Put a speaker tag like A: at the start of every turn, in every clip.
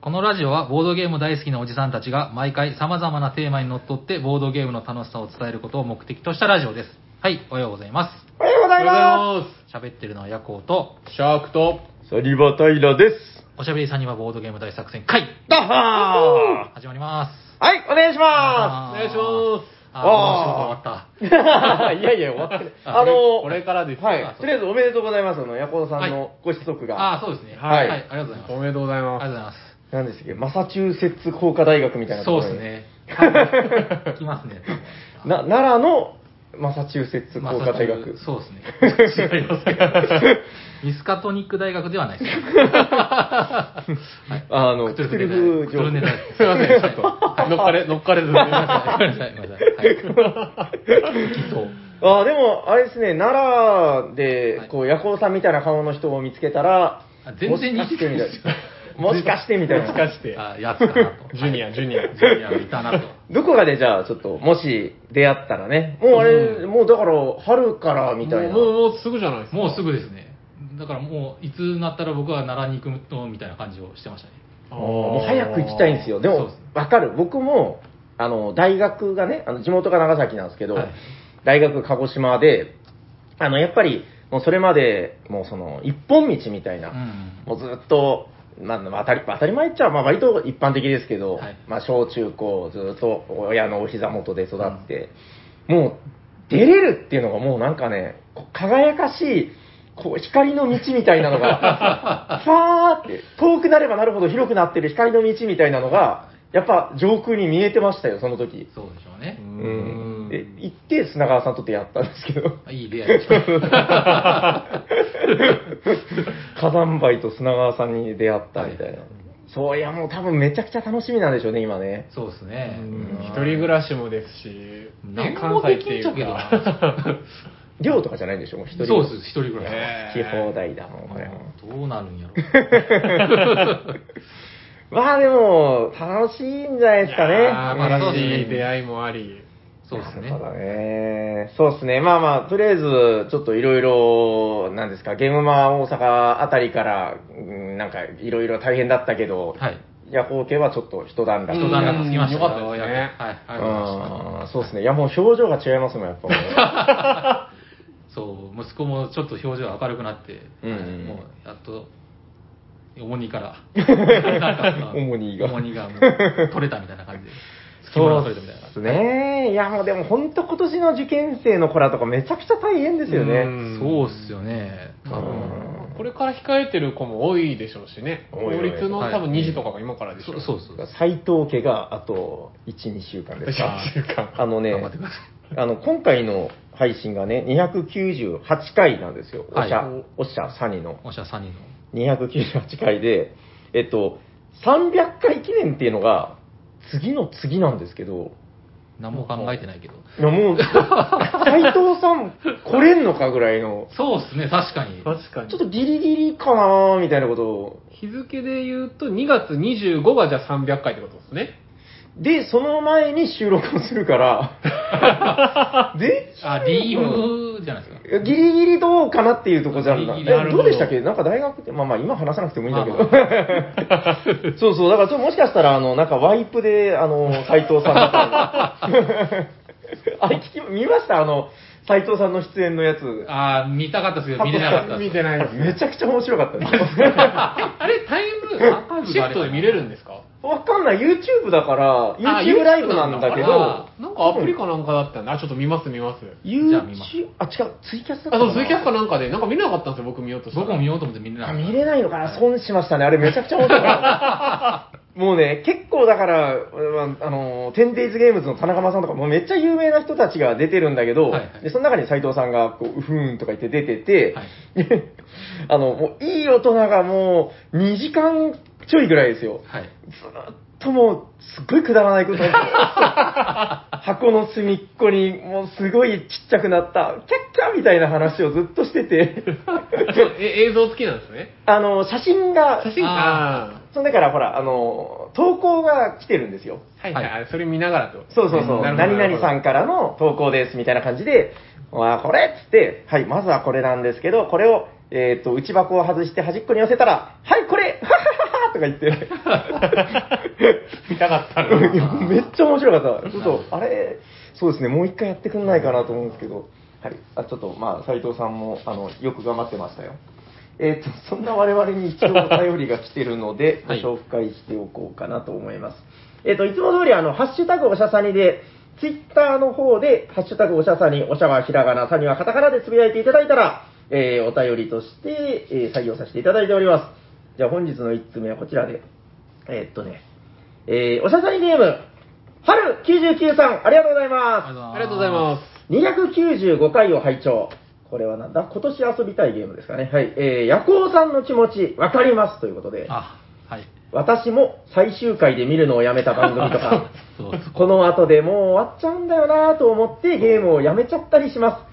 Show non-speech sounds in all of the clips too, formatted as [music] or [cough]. A: このラジオはボードゲーム大好きなおじさんたちが毎回様々なテーマにのっとってボードゲームの楽しさを伝えることを目的としたラジオです。はい、おはようございま。
B: おはようございます
A: 喋ってるのはヤコウと、
C: す。シャークと、
B: す。サリバタイラです。
A: おしゃべりさんにはボードゲーム大作戦会
B: ダッハ
A: 始まります。
B: ーはい、お願いし
C: お
B: ま
C: 願いします。
A: あー、この仕事終わっ
B: すいやいや、終わってる。 [laughs] あの
C: これからですよ
B: はい
A: あそう。
B: とりあえずおめでとうございます。あの、ヤコウさん
A: はい
B: のご子息
A: た。
B: が。
A: あー、そうですね。
B: はい
A: ありがとうございます。
C: おめでとうござい
A: ありがとうご
C: ま
A: ざいます。
B: なんですっけ、マサチューセッツ工科大学みたいなと
A: そ
B: こ
A: うで
B: ろ
A: す
B: に。
A: ね。
B: [laughs]
A: 来ますね、多分
B: な、奈良のマサチューセッツ
A: まあ
B: 工科大学。
A: そうですね。違 [laughs] いますけど。ミスカトニック大学ではないです。はい。
B: [laughs] あの、
A: クトゥル
B: ク
A: フ
B: トゥルフ
A: ネ
B: 情
A: タ
B: 報
A: です。
C: す。すいません、ちょ
B: [laughs]
C: っと。乗っかれ、乗っかれず。
A: ごめんなさい、ごめんなさい。はい。きっと。
B: ああ、でも、あれですね、奈良
A: はい
B: で、こう、ヤコウさんみたいな顔の人を見つけたら
A: あ、全然似てないですよ
B: もしかしてみたいな。
C: しかして。
A: あ、やつかなと。
C: ジュニア、ジュニア。
A: ジュニアがいたなと。
B: どこかでじゃあ、ちょっと、もし出会ったらね、もうあれ、
A: う
B: もうだから、春からみたいな。
C: もう、もうもうすぐじゃないですか。
A: もうすぐですね。だからもう、いつになったら僕は奈良に行くのみたいな感じをしてましたね。
C: あー。
B: もう早く行きたいんですよ。で
A: そう
B: も
A: です、
B: わかる。僕も、あの、大学がね、あの地元が長崎なんですけど、
A: はい
B: 大学鹿児島で、あの、やっぱり、もうそれまで、もうその、一本道みたいな、
A: うん。
B: もうずっと、まあ、当たり当たり前っちゃ、まあ、割と一般的ですけど、
A: はい
B: まあ、小中高、ずっと親のお膝元で育って、もう出れるっていうのがもうなんかね、こう輝かしい、こう光の道みたいなのが、ファーって、遠くなればなるほど広くなってる光の道みたいなのが、やっぱ上空に見えてましたよ、その時。
A: そうでしょうね
C: う。。
B: うんで、行って砂川さんと出会ったんですけど、
A: いい出会いでした。
B: [laughs] 火山灰と砂川さんに出会ったみたいな。
A: はい
B: そういや、もう多分めちゃくちゃ楽しみなんでしょうね、今ね。
A: そうですね。
C: うん一人暮らしもですし、
A: 何
C: ね
A: もできんちゃうけどな。
B: 寮とかじゃないんでしょ、もう一人。
A: そうです、一人ぐらい。
C: え
B: 来放題だもん、これも。
A: どうなるんやろ。
B: まあでも、楽しいんじゃ [laughs] ないですかね。
C: いやー
A: まあ
C: 新
A: そう
C: し
A: です
C: い
A: ね
C: 出会いもあり。
A: そうですね
B: そ。うだね。そうですね。まあまあ、とりあえず、ちょっといろいろ、なんですか、ゲームマー大阪あたりから、うんなんか、いろいろ大変だったけど、
A: はい。
B: ヤホー系はちょっと一段落。
A: 一段落つきました
C: よかったですね
A: ようやくはい、ありがとうございま
B: あーそうですね。いや、もう表情が違いますもん、やっぱもう。
A: [laughs] した。そう、息子もちょっと表情が明るくなって、
B: うんうん
A: もう、やっと、重荷から、
B: [laughs] 主にが
A: 重荷がもう取れたみたいな感じで、
B: [laughs]
A: 隙間が取れたみたいな
B: そうですね。いや、もうでも本当今年の受験生の子らとかめちゃくちゃ大変ですよ
C: う
B: ね。
C: ん
A: そうっすよね。多分
B: うん
C: これから控えてる子も多いでしょうしね。
B: 多
C: 法
B: い多い
C: 律の多
A: はい
C: 分2時とかが今からでしょ [laughs]
A: そそうそう。
B: 斎藤家があと1、2週間です
A: [laughs]
B: か。
C: 1週間。
B: あのね
A: 頑張ってください。
B: あの、今回の配信がね、298回なんですよ。お
A: はい
B: しゃ、おしゃ、サニの。
A: おっしゃ、3人の。
B: 298回で、えっと、300回記念っていうのが、次の次なんですけど、
A: 何も考えてないけど。
B: いやもう、斎藤さん来れんのかぐらいの、
A: そうっすね、確かに。
C: 確かに。
B: ちょっとギリギリかなーみたいなことを
C: 日付で言うと2月25がじゃあ300回ってことですね。
B: で、その前に収録をするから、で、
A: あ、リーフじゃないですか。
B: ギリギリどうかなっていうとこじゃんな。
A: ギリギリ
B: え
C: なるほ
B: ど
C: ど
B: うでしたっけなんか大学って、まあまあ今話さなくてもいいんだけど。
A: まあま
B: そうそう、だからちょっともしかしたら、あの、なんかワイプで、あの、斎藤さんみたいな。あれ聞き、見ましたあの、斎藤さんの出演のやつ。
A: あー見たかったですけど、見れなかったです。
C: 見てないです。
B: めちゃくちゃ面白かったです。
C: ああれ、タイ
A: タイム
C: ム、シフトで見れるんですか
B: わかんない。YouTube だから、
C: あ
B: YouTube ライブなんだけど
C: あ、なんかアプリかなんかだったんで、あ、ちょっと見ます見ます。
A: じゃ
B: YouTube
A: あ見ます、
B: あ、違う、ツイキャスだったか
C: あ、
B: な
C: そう、ツイキャスかなんかで、なんか見れなかったんですよ、僕見ようとしたら
A: 僕も見ようと思って見れな
B: あ
A: かった。
B: 見れないのかな、損しましたね、あれ、めちゃくちゃ面白かった。もうね、結構だから、うんあの、10days ゲームズの田中間さんとか、もうめっちゃ有名な人たちが出てるんだけど、
A: はいはい
B: でその中に斎藤さんが、こう、うふーんとか言って出てて、
A: はい
B: [laughs] あの、もういい大人がもう、2時間ちょいぐらいですよ。
A: はい。、
B: ずーっともう、すっごいくだらな
C: [laughs]
B: いことを箱の隅っこに、もうすごいちっちゃくなった、キャッキャみたいな話をずっとして
C: [laughs]
B: て、
C: え映像付きなんですね。
B: あの、写真が、
C: 写真、あ
B: そうだからほら、あの、投稿が来てるんですよ。
C: あー、はいはい、それ見ながらってこと
B: そうそうそう、
C: なる
B: 何
C: ほどなる
B: 々
C: ほど
B: さんからの投稿ですみたいな感じで、わあ、これっつって、はい、まずはこれなんですけど、これを、えっ、と、内箱を外して端っこに寄せたら、はい、これははははとか言って、
D: 見たかった
B: いや
D: な。
B: [laughs] めっちゃ面白かった。ちょっと、あれ、そうですね、もう一回やってくんないかなと思うんですけど、はい。あちょっと、まあ、斎藤さんも、あの、よく頑張ってましたよ。えっ、と、そんな我々に一応お便りが来てるので
A: はい
B: ご紹介しておこうかなと思います。えっ、と、いつも通り、あの、ハッシュタグおしゃさにで、ツイッターの方で、ハッシュタグおしゃさに、おしゃはひらがな、さにはカタカナでつぶやいていただいたら、えーお便りとして、えー採用させていただいております。じゃあ本日の1つ目はこちらで。えーっとね、えーおしゃさにネーム、春99さん、ありがとうございます。
C: ありがとうございます。
B: 295回を拝聴。これはなんだ今年遊びたいゲームですかね。はい。えー、夜行さんの気持ち、わかります。ということで、
A: あ、はい。
B: 私も最終回で見るのをやめた番組とか、
A: [laughs] そうそう
B: この後でもう終わっちゃうんだよなぁと思ってゲームをやめちゃったりします。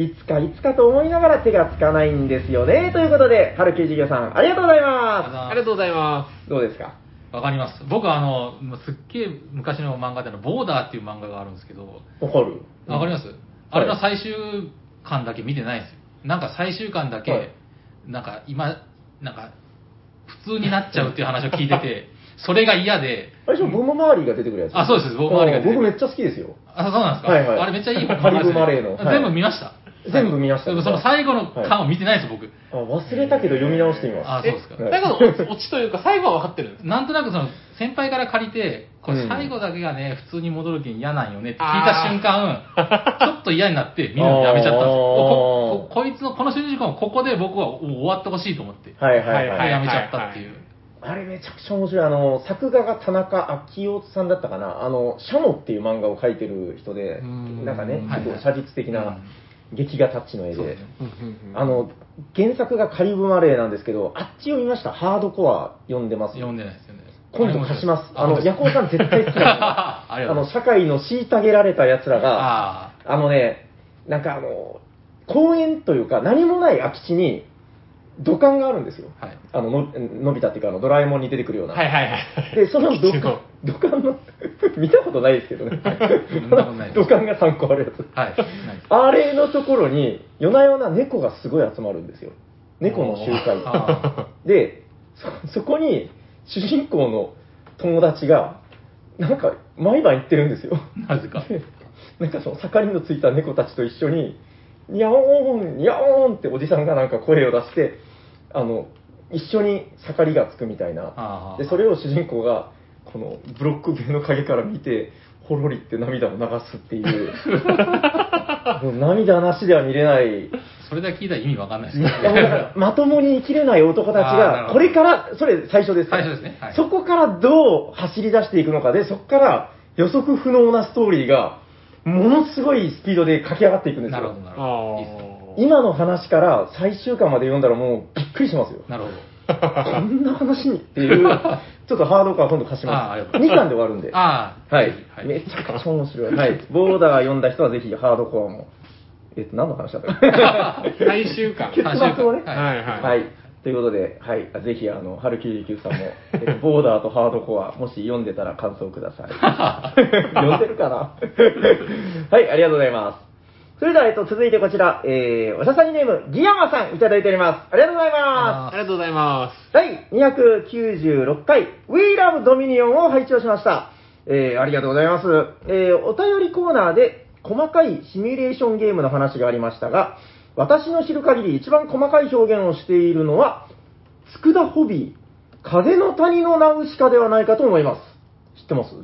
B: いつかいつかと思いながら手がつかないんですよね。ということで、春木事業さん、ありがとうございま
C: ありがとうございます。
B: す。どうですか
A: わかります。僕はあの、もうすっげえ昔の漫画での、ボーダーっていう漫画があるんですけど、
B: わかる
A: わかります、あれの最終巻だけ見てないんですよ。なんか最終巻だけ、
B: はい
A: なんか今、なんか、普通になっちゃうっていう話を聞いて
B: [laughs]
A: て、それが嫌で、
B: あれでしょ、ボムマーリーが出てくるやつ。
A: あそうですボムマーリーが出てくる
B: 僕めっちゃ好きですよ。
A: あ、そうなんですか、
B: はいはい
A: あれめっちゃいい漫画
B: カリ
A: です
B: ブ
A: ね
B: マレーのはい
A: 全部見ました。
B: 全部見ました
A: でもその最後の巻を見てないです、僕。
B: あ、忘れたけど読み直してみます。
A: あ、そうですか。
B: はい
C: 最後の落ちというか、最後は分かってるんです。
A: なんとなくその先輩から借りて、こ
B: う
A: れ
B: ん
A: 最後だけがね、普通に戻るけん嫌なんよねって聞い
C: あ
A: た
C: ー
A: 瞬間、ちょっと嫌にな
B: [laughs]
A: って見るのやめちゃったんですよ。こここいつのこの主人公もここで僕はもう終わってほしいと思って、
B: はいはい
C: は
B: はいい。
C: はい
A: やめちゃったっていう。
B: あれめちゃくちゃ面白い。あの、作画が田中昭夫さんだったかな。あの、シャモっていう漫画を描いてる人で
A: うー、ん
B: なんかね、
A: はいはい
B: 結構写実的な劇画タッチの絵
A: そうで。
B: です
A: ね
B: あの、原作がカリブマレーなんですけど、あっちを見ました。ハードコア読んでます。
A: 読んでないですよね。
B: 今度貸します。
A: 本
B: あ
A: 当
B: の、
A: です
B: 夜行さん絶対好きな
A: [laughs] あり
B: の。
A: がとう
B: あの、
A: ございます。
B: 社会の虐げられた奴らが、
A: あ
B: あのね、なんかあの、公園というか何もない空き地に土管があるんですよ。
A: あ、はい。
B: あの、ののび太っていうかあの、ドラえもんに出てくるような。
D: はいはいはい。
B: で、そ
C: [laughs]
A: [laughs]
B: の土
D: 基地の
B: 管、土管の、 [laughs] 見たことないですけどね
A: 見たことないで。す
B: 土管が3個あるやつ。
A: はい。ないです
B: あれのところに、夜な夜な猫がすごい集まるんですよ。猫の集会。
A: あ
B: で、そ、そこに、主人公の友達が、なんか、毎晩行ってるんですよ。
A: ーなぜか。
B: でなんかその盛りのついた猫たちと一緒に、にゃおーん、にゃおーんっておじさんがなんか声を出して、あの、一緒に盛りがつくみたいな。
A: あー
B: [laughs] で、それを主人公が、このブロック塀の影から見て、ほろりって涙を流すって [laughs] いう。もう涙なしでは見れない。い
A: それだけ聞いたら意味わかんない
B: [laughs]
A: ですけど。
B: やもうだからまともに生きれない男たち
A: あーなるほ
B: が、
A: ど
B: これから、それ最初ですから
A: 最初ですねはい
B: そこからどう走り出していくのかで、そこから予測不能なストーリーが、ものすごいスピードで駆け上がっていくんです
A: な
B: よ。
A: るほど、なるほど。いいっすね
C: あー
B: 今の話から最終巻まで読んだらもうびっくりしますよ。
A: なるほど。
B: こんな話にっていう、ちょっとハードカー今度貸し
A: あーあ
B: ま
A: りが
B: す。
A: とう
B: 2巻で終わるんで。
A: ああ、
B: はい
A: は。い。
B: めちゃくちゃ面白い。はい。ボーダー読んだ人はぜひハードコアも。えっと、何の話だ [laughs] ったか
C: 最終巻。
B: 結末をね。
A: は
B: はいい。
C: はい
B: はい。ということで、はい。ぜひ、あの、春99さんも、えっとボーダーとハードコア、もし読んでたら感想くだ [laughs] さい。読んでるかなはい、ありがとうございます。それでは、えっと、続いてこちら、えー、おしゃさにネーム、ギヤマさんいただいております。ありがとうございます。
C: ありがとうございます。
B: 第296回、We Love Dominion を拝聴しました。えー、ありがとうございます。えー、お便りコーナーで細かいシミュレーションゲームの話がありましたが、私の知る限り一番細かい表現をしているのは、佃ホビー、風の谷のナウシカではないかと思います。知ってます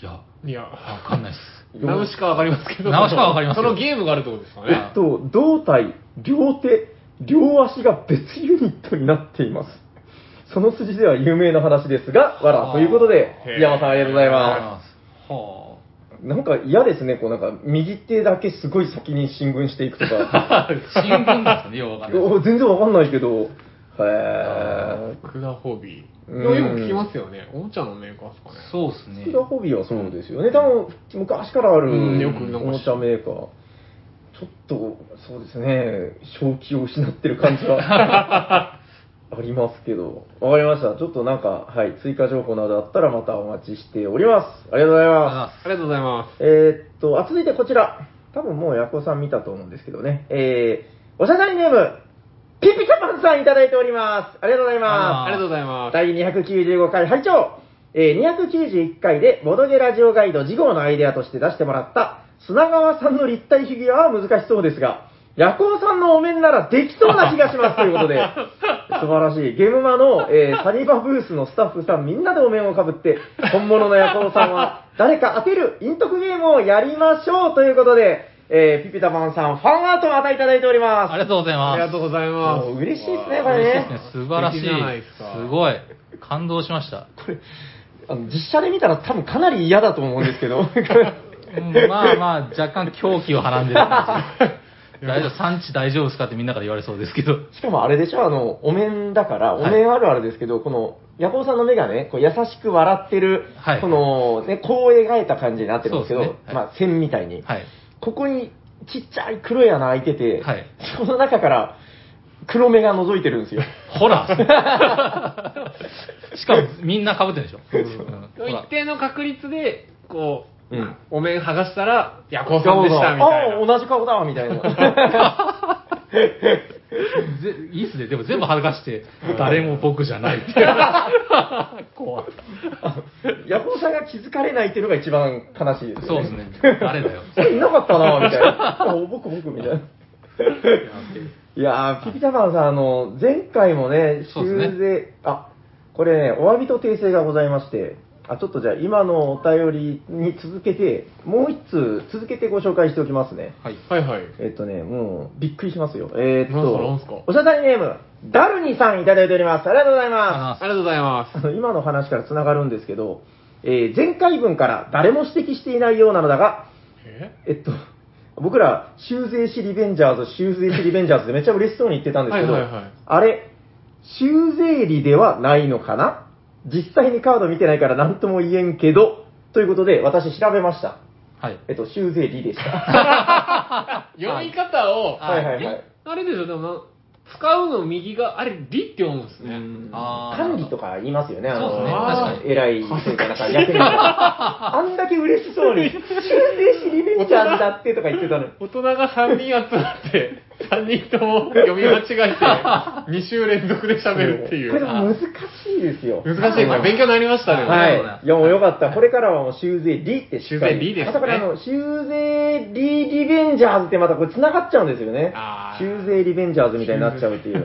A: いや、わ
C: いや、
A: かんないっす。
C: ナウシカわかりますけど。
A: ナウシカわかります
C: そ
A: よ
C: のゲームがあるってことですか
B: え
C: ね
B: っ。と、胴体、両手、両足が別ユニットになっています。その筋では有名な話ですが、わ
A: はあ
B: ら、ということで
C: へえ、
B: 山さんありがとうござい
A: ありがとうござい
B: ま
A: ます。は
B: す。なんか嫌ですね、こうなんか、右手だけすごい先に進軍していくとか。
A: [laughs] あ。新聞 [laughs] ですね、ようわかんないっす。
B: お全然わかんないけど、へ
C: クダホビー。
B: う
C: で
B: ん
C: もよく聞きますよね。おもちゃのメーカーですかね。
A: そうですね
B: ぇ。ー。ラホビーはそうですよね。多分、昔からある、
C: うんよくなんか
B: おもちゃメーカー。ちょっと、そうですね、正気を失ってる感じ
C: [laughs]
B: はありますけど。わかりました。ちょっとなんか、はい、追加情報などあったらまたお待ちしております。ありがとうござい
A: ありがとうござい
B: ます。
A: ま
C: あ
A: す
C: りがとうございま
B: えーっと、あ、続いてこちら。多分もうヤコさん見たと思うんですけどね。えー、おしゃさりネーム、ピピタパンさんいただいております。ありがとうござい
A: あ
C: あ
B: ます。
C: りがとうございます。
B: 第295回拝聴、えー291回でボドゲラジオガイド次号のアイデアとして出してもらった砂川さんの立体フィギュアは難しそうですが、夜行さんのお面ならできそうな気がしますということで、素晴らしい。ゲームマの、えーサニバブースのスタッフさんみんなでお面をかぶって、本物の夜行さんは誰か当てる陰徳ゲームをやりましょうということで、えーピピタパンさんファンアートをまたいただいております。
A: ありがとうござい
C: あり
A: ま
C: が
A: す
C: とうございます。
B: もう嬉しいですね、こ
A: 嬉
B: れ
A: しい
B: ね。
A: ですね素晴らしい
C: 素敵じゃないですか
A: すごい感動しました
B: これ、あの、実写で見たら多分かなり嫌だと思うんですけど。
A: うんまあまあ、若干狂気をはらんでる感
C: [laughs]
A: じ。大丈夫、産地大丈夫ですかってみんなから言われそうですけど。
B: しかもあれでしょ、あの、お面だから、お
A: はい
B: 面あるあるですけど、この、ヤコウさんの目がね、こう優しく笑ってる、
A: はい
B: この、ね、こう描いた感じになってるんですけど、
A: そうですねはい
B: まあ、線みたいに。
A: はい。
B: ここにちっちゃい黒い穴開いてて、
A: はい
B: その中から黒目が覗いてるんですよ。
A: ホラーっ
C: [laughs]
A: すねしかも、みんな被ってるでしょ。うんホラ
C: 一定の確率で、こう、
B: うん
C: お面剥がしたら、いや、こうさんでした、みたい
B: あ
C: な。
B: あ、同じ顔だ
A: [laughs]
B: みたいな。
A: ーぜいいっすね。でも全部剥がして、誰も僕じゃな
C: [laughs]
A: いっていう。怖い。
B: [laughs] ヤコウさんが気づかれないっていうのが一番悲しいです
A: そ
B: よ
A: う
B: ね。
A: ですね。誰
B: [laughs]
A: だよ。
B: これいなかったなみたいな。
A: [laughs]
B: あ僕、僕、みたいな。いやー、ピピタパンさん、あの、前回もね、
A: そうですね
B: 修正、あ、これね、お詫びと訂正がございまして、あ、ちょっとじゃあ、今のお便りに続けて、もう一通続けてご紹介しておきますね。
A: はい。
C: はいはい。
B: えっとね、もう、びっくりしますよ。えー、っ
C: なんすかなん
B: と
C: すか、
B: おしゃべりネーム、ダルニさんいただいております。ありがとうございます。
C: あ
A: あ
C: りがとうございます。
B: あの [laughs] 今の話からつながるんですけど、えー前回分から誰も指摘していないようなのだが、
C: え
B: えっと、僕ら、修正しリベンジャーズ、修正しリベンジャーズでめっちゃ嬉しそうに言ってたんですけど、
C: はいはいはい
B: あれ、修正理ではないのかな実際にカード見てないから何とも言えんけど、ということで、私調べました。
A: はい。
B: えっと、修正理でした。
C: 読み方を、
A: あはい
B: はいはい
C: あれでしょ、でもな、使うの右が、あれ、りって読むんですね。
A: あー
B: 管理とか言いますよね、あの、
A: そう
C: ですね確か
A: に
B: 偉い人かなん
C: [laughs]
B: か役に立たないあんだけ嬉しそうに、修正しリベンジャーズだってとか言ってたのに。
C: 大人が3人集まって、3人とも読み間違えて、2週連続で喋るっていう。
B: これ
C: 難
B: 難しいですよ。
C: しいな。勉強になりましたね。
B: はい。いや、もうよかった。これからはもう修正リってしっかり
C: 修正リですね
B: あとこれあの、修正リリベンジャーズってまたこれ繋がっちゃうんですよね
C: あ。ー
B: 修正リベンジャーズみたいになっちゃうっていう。 [laughs]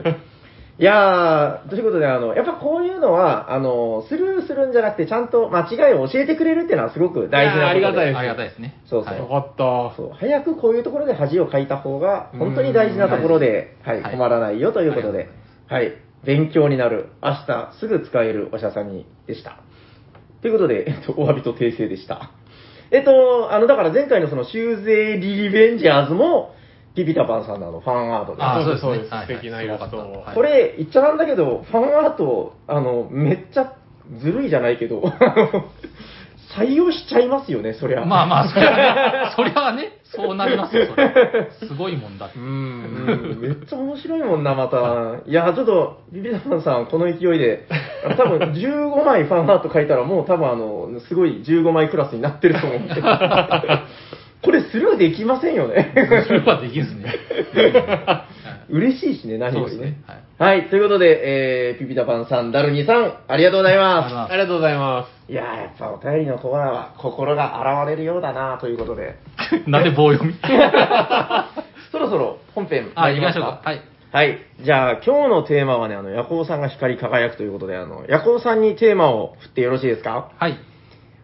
B: いやー、ということで、あの、やっぱこういうのは、あの、スルーするんじゃなくて、ちゃんと間違いを教えてくれるっていうのはすごく大事なことで。
C: いやーありがたいです
A: ありがたいですね。
B: そうそう
A: はい
C: よかった。
B: そう早くこういうところで恥をかいた方が、本当に大事なところで、
A: ん
B: はい、
A: はい
B: 困らないよということ
A: あり
B: で
A: がとう、
B: はい、勉強になる、明日すぐ使えるお医者さんにでした。ということで、えっと、お詫びと訂正でした。えっと、あの、だから前回のその、修正リベンジャーズも、ピピタパンさんのあの、ファンアートで
A: あー
C: そうです
A: そうですね。
C: そうです素敵なイラストを
A: すごかった
C: はい
B: これ、言っちゃなんだけど、ファンアート、あの、めっちゃずるいじゃないけど、 [laughs] あの採用しちゃいますよね、そりゃ。
A: まあまあ、そりゃね、 [laughs] そりゃね、そうなりますよ、それはすごいもんだって
C: う。。
B: うんんめっちゃ面白いもんな、また。いや、ちょっと、ビビダマンさん、この勢いで、あの多分15枚ファンアート書いたら、もう多分あの、すごい15枚クラスになってると思うんで。
C: [laughs]
B: これスルーできませんよね。
A: それはできずね。
B: 嬉しいしね、何よ
A: そう
B: り
A: です
B: ね
A: ね。はい
B: はい、ということで、えー、ピピダパンさん、ダルニーさん、ありがとうござい
A: あり
B: ま。
A: が
C: ありがとうございます
B: いやー、やっぱお便りのコーナーは心が現れるようだなというこ
C: [laughs]
B: とで、
A: なんで棒読み
B: そろそろ本編
A: あ、
B: 参り
A: 行きましょ
B: ます
A: う
B: か
A: か。はい。
B: はい。じゃあ、今日のテーマはね、あの、ヤコウさんが光り輝くということで、あの、ヤコウさんにテーマを振ってよろしいですか
A: はい。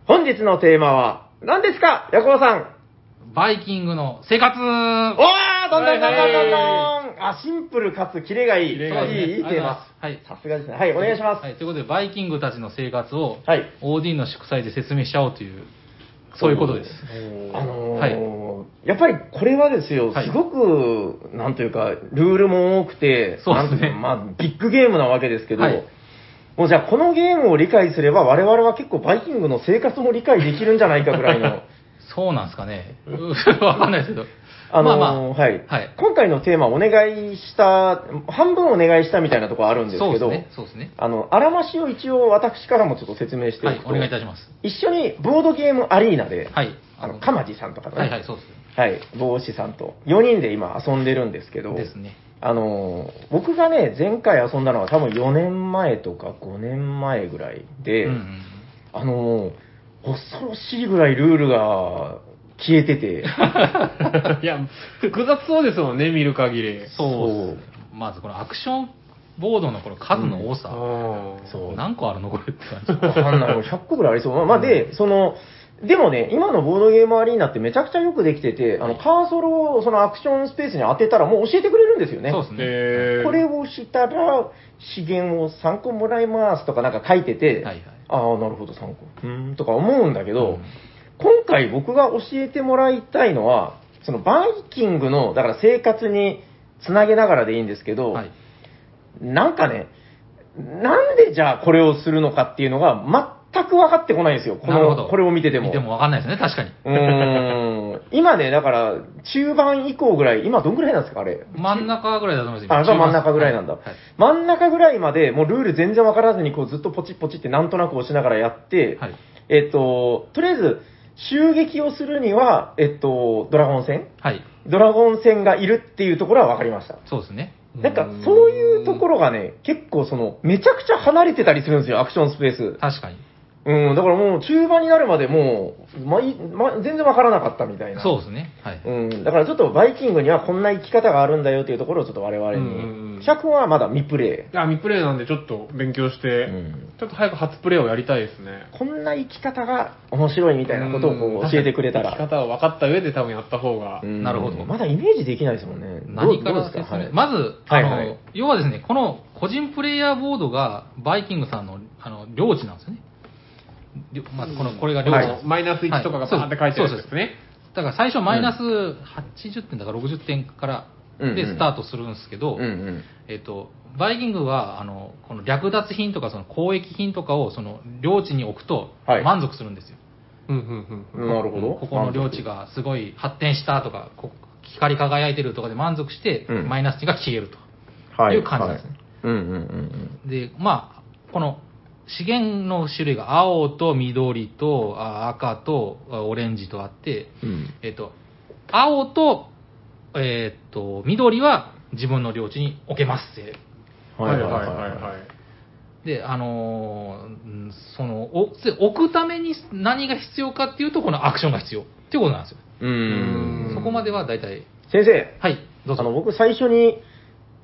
B: 本日のテーマは、何ですかヤコウさん
A: バイキングの生活
B: おーどんどんどんどんどんどん、
C: は
B: あ、シンプルかつキレがいい。
C: キレがいい
B: いい、いいテーマ。
A: はい。
B: さすがですね。はい、お願いします。
A: はい。ということで、バイキングたちの生活を、
B: はい。
A: OD の祝祭で説明しちゃおうという、そういうことです。
B: あのー
A: は
B: やっぱりこれはですよ、
A: はい
B: すごく、なんというか、ルールも多くて、
A: そうですね
B: なんというかまあ、ビッグゲームなわけですけど、
A: はい
B: もうじゃあ、このゲームを理解すれば、我々は結構、バイキングの生活も理解できるんじゃないかぐらい
A: [laughs]
B: の、
A: そうなんですかね。 [laughs] うわかんないですけど。
B: あの
A: ま
B: ー
A: あまあ、
B: はい、
A: はい
B: 今回のテーマ、お願いした、半分お願いしたみたいなところあるんです
A: そう
B: け
A: です
B: ど、
A: ね。そうですね。
B: あの、あらましを一応、私からもちょっと説明してお
A: はい。
B: くと、
A: お願いいたします。
B: 一緒にボードゲームアリーナで、
A: はい。
B: あの、かまじさんとかね、
A: はいはい、そうです。
B: はい、帽子さんと4人で今遊んでるんですけど、
A: ですね。
B: あのー、僕がね、前回遊んだのは多分4年前とか5年前ぐらいで、
A: うんうん
B: あのー、恐ろしいぐらいルールが消えてて、
C: いや、複雑そうですもんね、見る限り。
A: そうっすまずこのアクションボードのこの数の多さ、
C: うん
B: そう
A: 何個あるのこれって感じ
B: わかんない。もう100個ぐらいありそう。まあ、まあ、で、その、でもね、今のボードゲームアリーナってめちゃくちゃよくできてて、あの、カーソルをそのアクションスペースに当てたらもう教えてくれるんですよね。
A: そうですね、
C: えー
B: これを押したら、資源を3個もらいますとかなんか書いてて、
A: はいはい
B: ああ、なるほど、3個。うーん、とか思うんだけ
A: う
B: ど、
A: ん
B: 今回僕が教えてもらいたいのは、そのバイキングの、だから生活につなげながらでいいんですけど、
A: はい、
B: なんかね、なんでじゃあこれをするのかっていうのが全く分かってこないんですよ。こ
A: なるほど
B: のこれを見てても。
A: 見ても分かんないですね確かに
B: うーん。今ね、だから中盤以降ぐらい、今どんぐらいなんですかあれ。
A: 真ん中ぐらいだと思います
B: あ、じゃあ真ん中ぐらいなんだ。
A: はいはい
B: 真ん中ぐらいまで、もうルール全然分からずに、こうずっとポチッポチってなんとなく押しながらやって、
A: はい
B: えっと、とりあえず、襲撃をするには、えっと、ドラゴン戦
A: はい、
B: ドラゴン戦がいるっていうところは分かりました。
A: そうですね
B: なんか、そういうところがね、結構その、めちゃくちゃ離れてたりするんですよ、アクションスペース。
A: 確かに
B: うん、だからもう中盤になるまでもう、まいま、全然わからなかったみたいな。
A: そうですねはい、
B: うん、だからちょっとバイキングにはこんな生き方があるんだよっていうところをちょっと我々
C: うんうんうん
B: に。シャ君はまだ未プレ
C: あ、ミプレイなんでちょっと勉強して、
B: イ。うん
C: ちょっと早く初プレイをやりたいですね。
B: こんな生き方が面白いみたいなことをこ
C: うん
B: う教えてくれた
C: 生き
B: ら。
C: 方を分かった上で多分やった方が。
B: うん
A: なるほど
B: まだイメージできないですもんね。
A: 何か
B: どう
A: ら
B: どう
A: 説
B: で
A: 明
B: すか、はい
A: まず、あ
B: はい
A: の、
B: はい
A: 要はですね、この個人プレイヤーボードが、バイキングさんの、あの、領地なんですよね。りょまず、この、これが領地なんですよ
C: マイナス1とかがパーって書いてあるんですね。
A: だから最初マイナス80点だから60点から
B: うん
A: で
B: うん
A: スタートするんですけど、
B: うんうん。
A: えっと、バイキングは、あの、この略奪品とかその交易品とかをその領地に置くと
B: はい
A: 満足するんですよ。
C: うんうんうんうん
B: なるほど。
A: ここの領地がすごい発展したとか、こ光り輝いてるとかで満足して、
B: うん
A: マイナス値が消えると。
B: はい
A: いう感じなんですね
B: はいうんうんうん
A: で、まあ、この資源の種類が青と緑とあ赤とあオレンジとあって、
B: うん。うん
A: えっと、青と、えっと、緑は自分の領地に置けますって。
C: はいはいはいはい。
A: で、あのーうんその、おつ置くために何が必要かっていうと、このアクションが必要っていうことなんですよ。
B: うーん
C: うん
A: そこまでは大体、
B: 先生、
A: はい、どう
B: あの
A: ぞ。
B: 僕最初に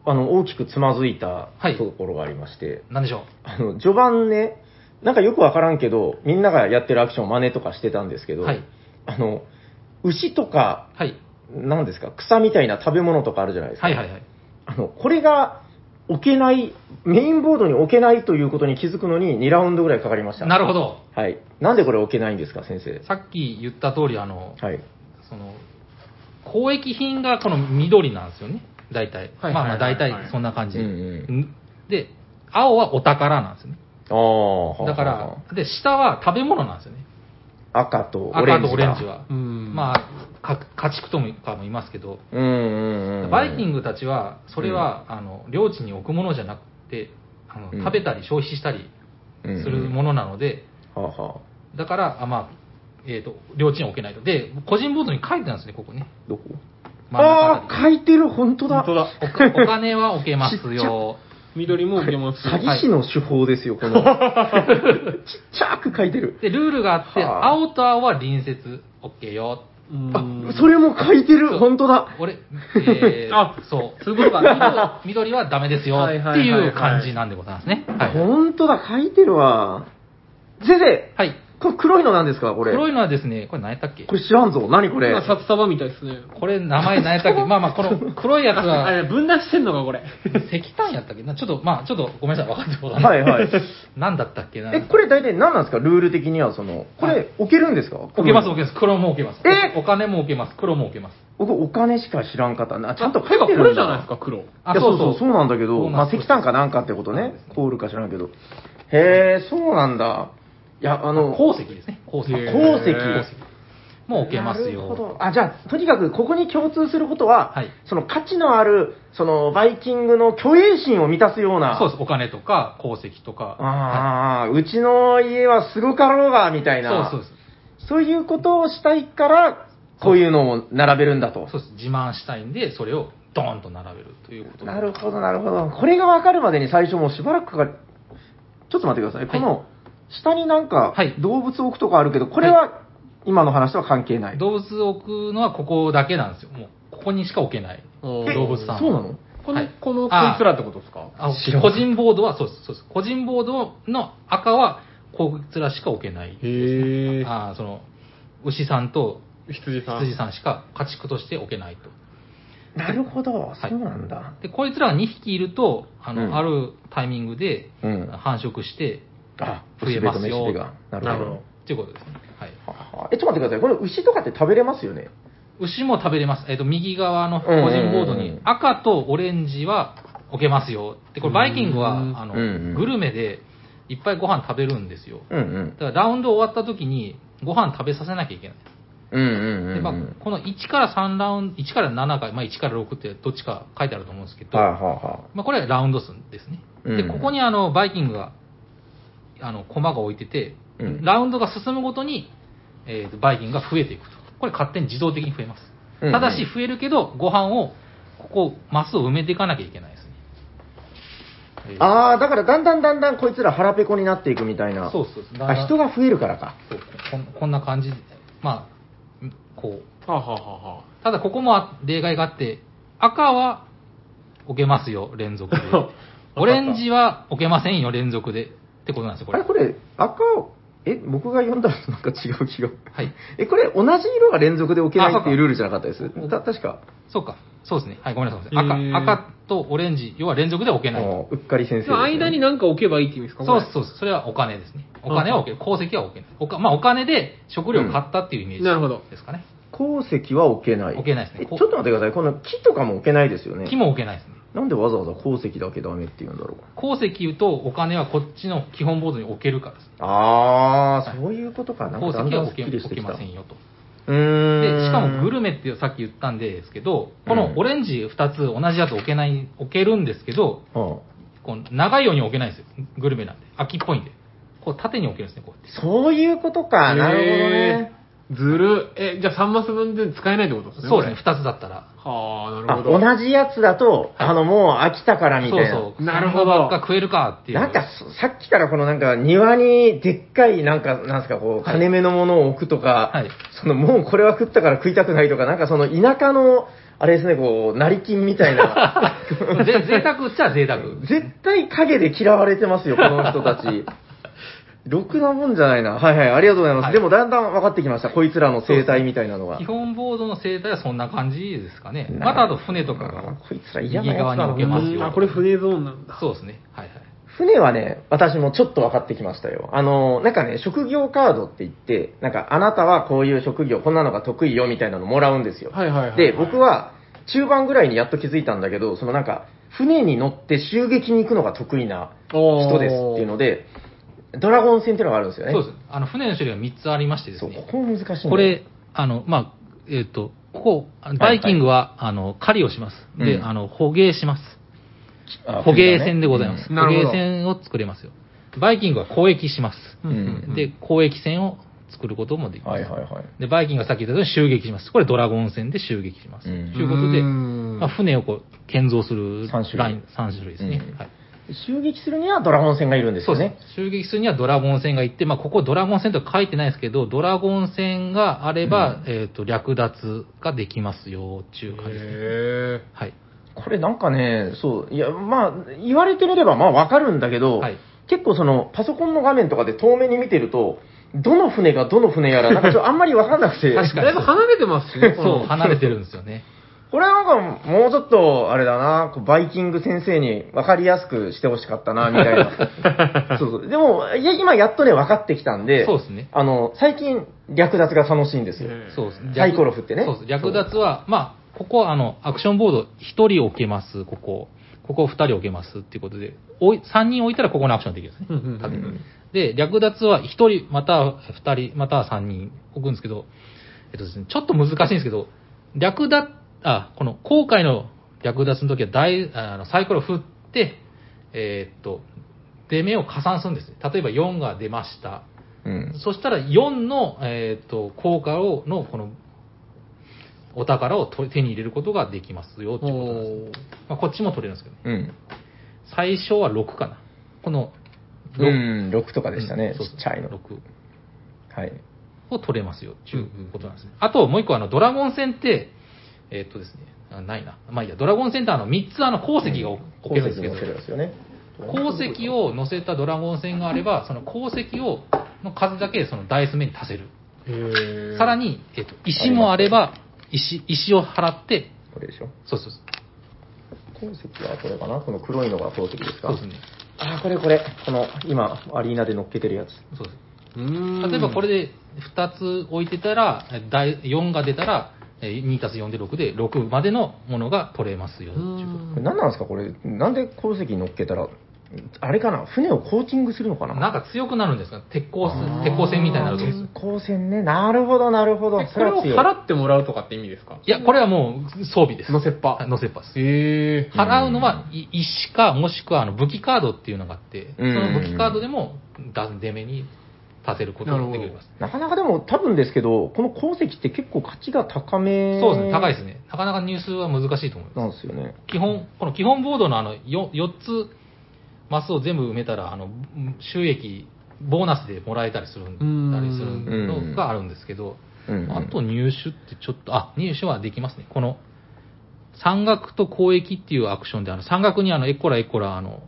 B: あの大きくつまずいた
A: はい
B: ところがありまして、
A: なんでしょ
B: あの序盤ね、なんかよくわからんけど、みんながやってるアクションを真似とかしてたんですけ
A: う。
B: ど、
A: はい、
B: あの牛とか、
A: はい、
B: なんですか、草みたいな食べ物とかあるじゃないですか。
A: はい、はい、はい。
B: あのこれが置けない、メインボードに置けないということに気づくのに2ラウンドぐらいかかりました。
A: なるほど。
B: はい。なんでこれ置けないんですか、先生。
A: さっき言った通り、あの、
B: はい。
A: その、交易品がこの緑なんですよね。大体。
C: は
A: ま
C: いはいはいはい
A: あまあ大体そんな感じ。
B: うん
A: んで、青はお宝なんですよね。
B: ああ、
A: だか
B: はあは
A: ら、で、下は食べ物なんですよね。
B: あ赤とオレン
A: 赤
B: ジ
A: と
B: が。
A: オレンジは。
C: うん
A: まあ、か家畜ともかもいますけど、
B: うんうんうん。
A: バイキング
B: グ。
A: たちは、それは、あの、領地に置くものじゃなくて、あの
B: うん
A: 食べたり消費したりするものなので、
B: はあはあ。
A: だから、あまあ、えっ、と、領地に置けないと。で、個人ボードに書いてあるんですね、ここね。
B: どこ
A: 真ん中あたり
B: ああ、書いてる、本当だ。
C: 本当だ。
A: おかお金は置けますよ。
C: 緑も受けます。
B: 詐欺師の手法ですよ、この。ちっ [laughs] ちゃく書いてる。
A: で、ルールがあって、
B: はあ
A: 青と青は隣接 OK よ。
B: あ、それも書いて
A: そう
B: る、本当だ。
A: 俺、えー、
C: あ
A: そう、そういうことが、緑緑はダメですよっ
C: は
A: て
C: いはいはい
A: い
C: はいう
A: 感じなんでございますね。はい。
B: 本当だ、書いてるわ。先生、
A: はい。
B: これ黒いのなんですか、これ。
A: 黒いのはですね、これ何やったっけ
B: これ知らんぞ、何これ。
C: 今、札束みたいですね。
A: これ名前何やったっけまあまあ、この黒いやつ
C: あ
A: は
C: れ、分断してんのか、これ。
A: 石炭やったっけなちょっと、まあ、ちょっとごめんなさい、分かってもら
B: はいはい。
A: [laughs] 何だったっけな
B: え、これ大体何なんですか、ルール的には、その、こ
A: はい
B: れ置けるんですか
A: 置けます、置けます。黒も置けます。
B: え
A: お金も置けます。黒も置けます。
B: 僕、お金しか知らんかったな。ちゃんと書
C: てか、
B: い
C: こ
B: てる
C: れ
B: ん
C: じ
B: だ
C: ゃないですか、黒。
A: あ
B: いや、そうそう、そうなんだけ
A: そ
B: ど、
A: うな
B: ま
A: ん
B: あ、
A: です
B: 石炭かなんかってこと
A: そうなん
B: ね
A: ですね。
B: コールか知らんけど。へえ、そうなんだ。いや、あの、
A: 鉱石ですね。鉱石。
C: へー
B: 鉱
C: 鉱
B: 石
C: 石
A: もう置けますよ。
B: なるほどあ、じゃあ、とにかく、ここに共通することは、
A: はい
B: その価値のある、その、バイキングの虚栄心を満たすような。
A: そうです。お金とか、鉱石とか。
B: ああ、うちの家はすごかろうが、みたいな。
A: そうです。
B: そういうことをしたいから、こういうのを並べるんだ
A: そ
B: と。
A: うです。そうです。自慢したいんで、それをドーンと並べるということで
B: なるほど、なるほど。これが分かるまでに最初もうしばらくかかる。ちょっと待ってください。この、下になんか
A: はい、
B: 動物置くとかあるけど、これは、今の話とは関係ない。
A: 動物を置くのはここだけなんですよ。もう、ここにしか置けない。
C: 動
A: 動物さん。
B: そうなの
C: こ
A: は
C: の
A: い、
C: この、こいつ
A: あ
C: らってことですか
A: あ
B: 知らん
A: 個人ボードは、そうです、そうです。個人ボードの赤は、こいつらしか置けない。
C: へえ。
A: あーその、牛さんと
C: 羊さん。
A: 羊さんしか家畜として置けないと。
B: なるほど、
A: い
B: そうなんだ。
A: で、こいつらが2匹いると、あの、
B: うん
A: あるタイミングで
B: うん
A: 繁殖して、
B: あ、
A: 増えますよ
B: 牛べと飯べが。な
C: な
B: る
C: るほ
B: ほど
C: ど。
A: ということですね。はい。
B: はあえ、ちょっと待ってください。これ牛とかって食べれますよね
A: 牛も食べれます。えっ、と、右側の個
B: うんうんうんうん
A: 人ボードに、赤とオレンジは置けますよ。で、これ、バイキングは、
C: うん
A: あの、
B: うんうん
A: グルメで、いっぱいご飯食べるんですよ。
B: うんうん
A: だ。から、ラウンド終わった時に、ご飯食べさせなきゃいけない。
B: うんうんうんうん。
A: で、まあ、この1から3ラウンド、1から7か、まあ、1から6ってどっちか書いてあると思うんですけど、
B: はいはいは
A: まあ、これはラウンド数ですね。で、
B: うん
A: ここに、あの、バイキングが、あの、駒が置いてて、
B: い。うん
A: ラウンドが進むごとに、えーとバイキングが増えていくと。これ勝手に自動的に増えます。
B: うん
A: ただし増えるけど、ご飯を、ここ、マスを埋めていかなきゃいけないですね。えー
B: ああ、だからだんだんだんだんこいつら腹ペコになっていくみたいな。
A: そうそうそう。だんだ
B: あ、
A: ん
B: 人が増えるからか。
A: そうこんこんな感じで、まあ、んこう。
C: はあ、はあはあは
A: ただここもあ例外があって、赤は置けますよ、連続
B: [laughs]
A: で
C: わかっ。た
A: オレンジは置けませんよ、連続で。ってことなんですよ、こ
B: あ
A: れ。
B: れ、これ、赤を、え、僕が読んだらなんか違う気が。
A: はい。
B: え、これ、同じ色が連続で置けない
A: あ
B: って
A: そ
B: いう
A: うか
B: ルールじゃなかったです
A: お。
B: た、確か。
A: そうか。そうですね。はい、ごめんなさい。ごめんなさい
C: へー
A: 赤、赤とオレンジ、要は連続で置けないと。
B: もううっかり先生
C: あ。
B: です
C: そ
B: ね、
C: の間に何か置けばいいって意味ですか
A: そうです
C: す。
A: そうです。それはお金ですね。お金は置ける。鉱石は置けない。おかまあ、お金で食料を買ったっていうイメー
C: なるほど
A: ジですかね。
B: 鉱石は置けない。
A: 置けないですね
B: えちょっと待ってください。この木とかも置けないですよね
A: 木。も置けないですね。
B: なんでわざわざ鉱石だけダメって言うんだろう。
A: 鉱石とお金はこっちの基本ボードに置けるからですね。
B: あー、
A: はい
B: そういうことか。なん
A: 鉱
B: かだん
A: 石
B: だ
A: は
B: ん
A: 置
B: すっ
A: け
B: きりし
A: 置
B: て
A: け
B: きた。
A: ま
B: う
A: せんよと。
B: ーん。
A: で、しかもグル
B: メ。
A: メってさっき言ったんですけど、
B: う
A: こ
B: ん
A: のオレンジ2つ同じやつ置けない、置けるんですけど、この長いように置けないんですよ。グルメなんで。秋っぽいんで。こう縦に置けるんですね、こうやって。
B: そういうことか。なる
C: ほどね。ずる。え、じゃあ3マス分で使えないってことですね。
A: そうですね、
C: こ
A: 2つだったら。
C: れ。はあ、な
B: ほ
C: るほ
B: ど
C: ど。
B: ね。あ、同じやつだと、あの、もう飽きたからみたいな。
A: そうそう。
C: なるほど
A: そんなばっか食えるかっていう。
B: なんかそ、さっきからこのなんか、庭にでっかい、なんか、なんすか、こう、
A: はい
B: 金目のものを置くとか、
A: はい
B: その、もうこれは食ったから食いたくないとか、なんかその、田舎の、あれですね、こう、成金みた
A: [laughs]
B: いな、
A: ぜ贅沢っちゃ贅
B: [laughs]
A: 沢。
B: 絶対影で嫌われてますよ、この人た
A: [laughs]
B: ち。ろくなもんじゃないな。はいはい、ありがとうございます。
A: はい
B: でもだんだん分かってきました、こいつらの生態みたいなのが
A: 基。本ボードの生態はそんな感じですかね。
B: な
A: またあと船とか
B: あ
A: が
B: ーこいつら
A: 右
B: 嫌なや
A: 側
B: つ
A: に
B: だな
A: 置けます
C: うん
A: よ。
C: あ、これ船ゾーンなんだ。
A: そうですね。はいはい。
B: 船はね、私もちょっと分かってきましたよ。あの、なんかね、職業カードって言って、なんか、あなたはこういう職業、こんなのが得意よみたいなのもらうんですよ。
C: はいはいはい。
B: で、僕、は、中盤ぐらいにやっと気づいたんだけど、そのなんか、船に乗って襲撃に行くのが得意な人
C: 人
B: ですっていうので、ドラゴン戦っていうのがあるんですよね。
A: そうです。あの、船の種類が3つありましてです
B: そう
A: ね。
B: ここ難しいんだよ
A: これ、あの、まあ、えっ、と、ここ、あのバイキングは、あの、狩りをします。で、
B: うん
A: あの、捕鯨します。
B: あ
A: 捕鯨船でございます。
C: うん
A: 捕
C: なるほ
A: 鯨
C: ど
A: 船を作れますよ。バイキングは交易します。
B: うんうん
A: で、交易船を作ることもできます。
B: はいはいはい。
A: で、バイキングがさっき言ったように襲撃します。これドラゴン戦で襲撃します。と、
B: うん
A: いうことで、
C: うん
A: まあ、船をこう建造する
B: 三種類
A: ライン、3種類ですね、
B: うん
A: はい。
B: 襲撃するにはドラゴン戦がいるんです
A: そう
B: よ
A: で
B: ね。
A: す。襲撃するにはドラゴン戦が行って、まあ、ここドラゴン戦とは書いてないですけど、ドラゴン戦があれば、えっ、と、略奪ができますよ、っていう感じですね。
C: へ
B: [laughs]
A: はい。
B: これなんかね、そう、いや、まあ、言われてみればまあわかるんだけど、
A: はい
B: 結構その、パソコンの画面とかで遠目に見てると、どの船がどの船やら、なんかちょっとあんまりわかんなくて、
A: 確
C: え。
A: かに
C: だいぶ離れてますしね、こ
A: そ
C: の
A: う、離れてるんですよね。
B: これなんかもうちょっと、あれだな、こうバイキング先生にわかりやすくしてほしかったな、みたい
A: [laughs]
B: な。そうそう。でも、いや、今やっとね、分かってきたんで、
A: そうですね
B: あの、最近、略奪が楽しいんですよ。
C: へえ
A: そうです
B: サイコロ振ってね
A: そうです。略奪は、まあ、ここはあの、アクションボード1人置けます、ここ。ここ2人置けますっていうことで、おい3人置いたらここのアクションできるんですね。
C: うんうんうん
A: 縦にで、略奪は1人、または2人、または3人置くんですけど、えっとですね、ちょっと難しいんですけど、略奪、あ、この、後悔の略奪の時は大、あの、サイコロ振って、えーっと、出目を加算するんですね。例えば4が出ました。
B: うん。
A: そしたら4の、えー、と効果をのこのお宝を取り手に入れることができますよっていうことなんです。
C: おー
A: まあ、こっちも取れるんですけどね。
B: うん。
A: 最初は6かな。この
B: う
A: 六
B: ん、6とかでしたね、
A: うんそう
B: ち
A: そう
B: っちゃいの。
A: 6
B: はい。
A: を取れますよっていうことなんですね。あともう一個、あの、ドラゴン戦って、えーっとですね、あないな。まあいいや、ドラゴン戦ってあの、3つあの、鉱石が置置けるんですけど、
B: 鉱石が置けるんですよね。
A: 鉱石を乗せたドラゴン船があれば、その鉱石を、の数だけそのダイス目に足せる。
C: へー
A: さらに、えっと、石もあれば、石、石を払って、
B: これでしょ。
A: そうそうそう。
B: 鉱石はこれかなこの黒いのが鉱石ですか
A: そうですね。
B: あー、これこれ。この、今、アリーナで乗っけてるやつ。
A: そうです。
C: うーん
A: 例えばこれで2つ置いてたら、え大4が出たら、2たす4で6で、6までのものが取れますよ、
C: う
A: って
C: ー
A: いうん
B: これ何なんですかこれ、なんで鉱石に乗っけたら、あれかな船をコーティングするのかな
A: なんか強くなるんですか鉄鋼
B: あー、
A: 鉄鋼船みたいになると。
B: 鉄鋼線ね。なるほど、なるほど
C: え。これを
B: 強い
C: 払ってもらうとかって意味ですか
A: いや、これはもう装備です。
C: 乗せっぱ
A: あ乗せっぱです。
C: へえ
A: 払うのはい石か、もしくはあの武器カードっていうのがあって、そ
B: うん
A: の武器カードでも、ダンデメに立てることができます。
B: なかなかでも多分ですけど、この鉱石って結構価値が高め。。
A: そうですね、高いですすね。なかなか入手は難しいと思います。
B: なんですよね。
A: 基本、この基本ボードのあの 4, 4つマスを全部埋めたら、あのうん収益、ボーナスでもらえたりする
C: ん
A: たりするのがあるんですけど、
B: うんうん
A: あと入手ってちょっと、あ、入手はできますね。この、山岳と交易っていうアクションで、あの、山岳にあの、エッコラエッコラ、あの、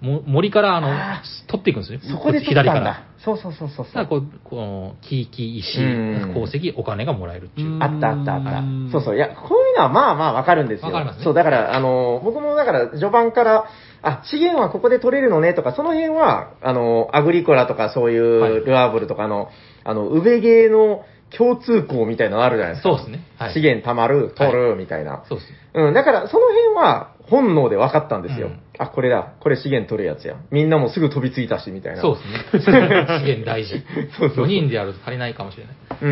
A: も森からあの
B: あ
A: 取っていくんですね。
B: そこで取ったん
A: 左から
B: だ。。そうそうそうそ
A: だ
B: うそ
A: から
B: う。
A: こう、この、木、木、石、
B: うん
A: 鉱石、お金がもらえるっていうう。
C: ん
B: あったあったあった
C: うん。
B: そうそう。いや、こういうのはまあまあわかるんですよ。
A: わかりますね
B: そう、だから、あの、僕もだから、序盤から、あ、資源はここで取れるのねとか、その辺は、あの、アグリコラとかそうい
A: はいう
B: ルアーブルとかの、あの、ウベゲーの共通項みたいなのあるじゃないですか。
A: そうですね。はい。
B: 資源貯まる、取る、みたいな。
A: そうですね。
B: うん、だから、その辺は、本能で分かったんですよ。
A: うん
B: あ、これだ。これ資源取るやつや。みんなもすぐ飛びついたし、みたいな。
A: そうですね。
B: [laughs]
A: 資源大事。
B: そうそうそう
A: 4人でやると足りないかもしれない。
B: う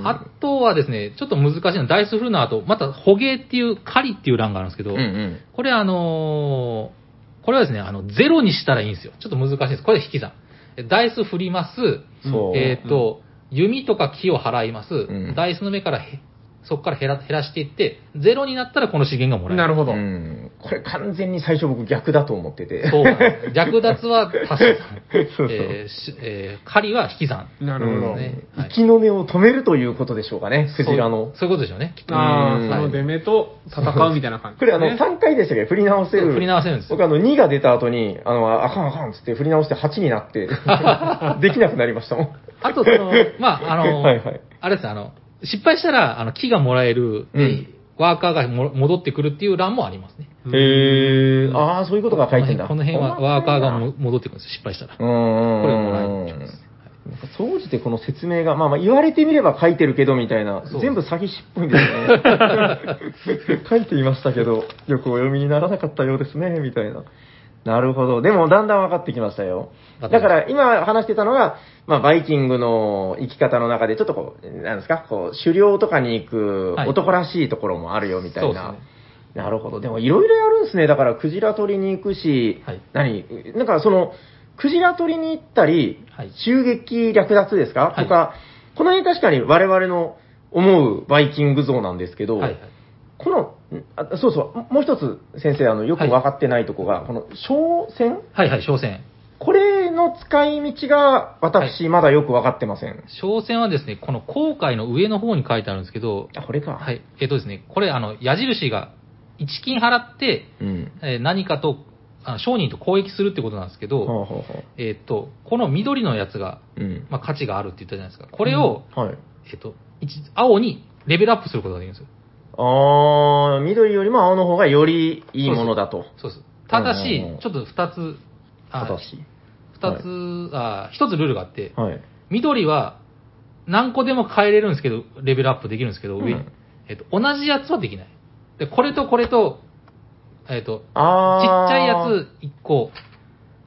B: ん。
A: あとはですね、ちょっと難しいのは、ダイス振るの後、また、捕鯨っていう、狩りっていう欄があるんですけど、
B: うんうん。
A: これあのーこれはですね、あの、ゼロにしたらいいんですよ。ちょっと難しいです。これ引き算。えダイス振ります。
B: そう。
A: えっ、と、弓とか木を払います。
B: ん
A: ダイスの目からへ、そこから減ら減らしていって、ゼロになったらこの資源がもらえる。
C: なるほど
B: うん。これ完全に最初僕逆だと思ってて。
A: そうなんです。略奪は足し算
B: [laughs] そうそう
A: えーしえー狩りは引き算。
C: な
B: う
C: るほど、
B: ん
A: ねはい
B: 生きの根を止めるということでしょうかね、クジラの。
A: そうそういうことでしょうね。きっと
C: ああ
B: うん
C: その出目と戦うみたいな [laughs] 感じ
B: これあの、
C: ね
B: 3回でしたっけ振り直せる。
A: 振り直せるんですよ。
B: 僕あの、2が出た後に、あの、あかんあかんっつって振り直して8になって、 [laughs] できなくなりましたもん。
A: あと、そ
B: [laughs]
A: の、まあ、あの、
B: はいはい
A: あれですね、あの、失敗したら、あの、木がもらえる、で
B: うん
A: ワーカーがも戻ってくるっていう欄もありますね。
B: へえ、ああ、そういうことが書いてんだ。
A: この辺この辺はワーカーが
B: う
A: も戻ってくるんですよ、失敗したら。
B: ーん。
A: これもらえるってことです
B: なんか総じてこの説明が、まあまあ言われてみれば書いてるけどみたいな
A: そう、
B: 全部詐欺師っぽいんですよ [laughs] ね。書いていましたけど、よくお読みにならなかったようですね、みたいな。なるほど。でもだんだん分かってきましたよ。だ
A: わかりました
B: から今話してたのが、まあバイキングの生き方の中でちょっとこう、なんですか、こう、狩猟とかに行く
A: はい
B: 男らしいところもあるよみたいな。
A: そうですね
B: なるほど。でもいろいろやるんですね。だから、クジラ取りに行くし、
A: はい
B: 何なんかその、クジラ取りに行ったり、
A: はい
B: 襲撃略奪ですか、
A: はい
B: とか、この辺確かに我々の思うバイキング像なんですけど、
A: はいはい。
B: このんあ、そうそう、もう一つ先生、あの、よく
A: はい
B: 分かってないとこが、この、商船
A: はいはい、商船。
B: これの使い道が私、まだよく分かってません。
A: 商船はですね、この航海の上の方に書いてあるんですけど、
B: あ、これか。。
A: はいい。えっとですね、これ、あの、矢印が、一金払って、
B: うん。
A: えー何かと、あの商人と交易するってことなんですけ
B: ほ
A: ど、
B: うほうほ
A: えっと、この緑のやつが、
B: う。うん。
A: まあ、価値があるって言ったじゃないですか。これを、
B: はい。
A: えっと、一青にレベルアップすることができるんですよ。
B: あー、緑よりも青の方がよりいいものだと。
A: そうです。ただ
B: う
A: し
B: んうんうん、
A: ちょっと二つ、あ
B: 私。
A: 二つ、あ一つルールがあって、
B: はい。
A: 緑は何個でも変えれるんですけど、レベルアップできるんですけど、上に
B: うん
A: えっと、同じやつはできない。で、これとこれと、えっと、ちっち
B: あー。
A: ゃいやつ1個、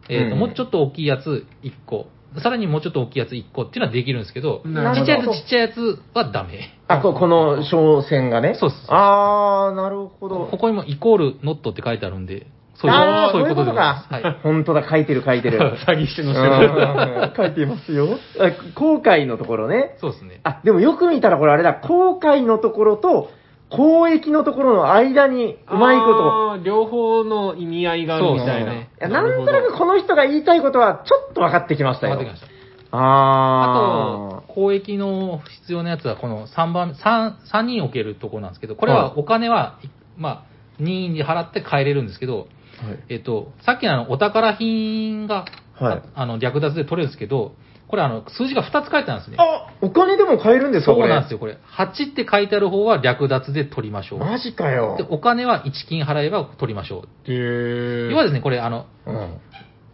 A: えっと、
B: うん
A: もうちょっと大きいやつ1個、さらにもうちょっと大きいやつ1個っていうのはできるんですけど、ち
C: なるほど
A: っちゃいやつちっちゃいやつはダメ。
B: あ、ここの商船がね。
A: そうっす
B: あー、なるほど。
A: ここにもイコールノットって書いてあるんで、そういう
B: あー
A: そういうことでございま
B: そういう
A: す
B: ことか [laughs] 本当だ、書いてる書いてる。
A: [laughs]
C: 詐欺師の人
B: うん書いていますよ。あ後悔のところね。
A: そうですね。
B: あ、でもよく見たらこれあれだ、後悔のところと、交易のところの間にうまいこと。
C: あー両方の意味合いがあるみたいな。
A: そうそう
B: いやなんとなくこの人が言いたいことはちょっと分かってきました
A: 分
B: よ。
A: かってきました。あ
B: あ
A: と、交易の必要なやつは、この3番、三三人置けるところなんですけど、これはお金は、まあ、任意に払って帰れるんですけど、
B: と、はい
A: えっと、さっきのあのお宝品が、
B: はい
A: ああの略奪で取れるんですけど、これあの数字が2つ書いてあるんですね。
B: あ、お金でも買えるんですか
A: そう
B: これ。
A: なんですよ、これ。8って書いてある方は略奪で取りましょう。
B: マジかよ
A: で、。お金は1金払えば取りましょ
B: へ
A: う。
B: ー
A: 要はですね、これ、あの、
B: うん。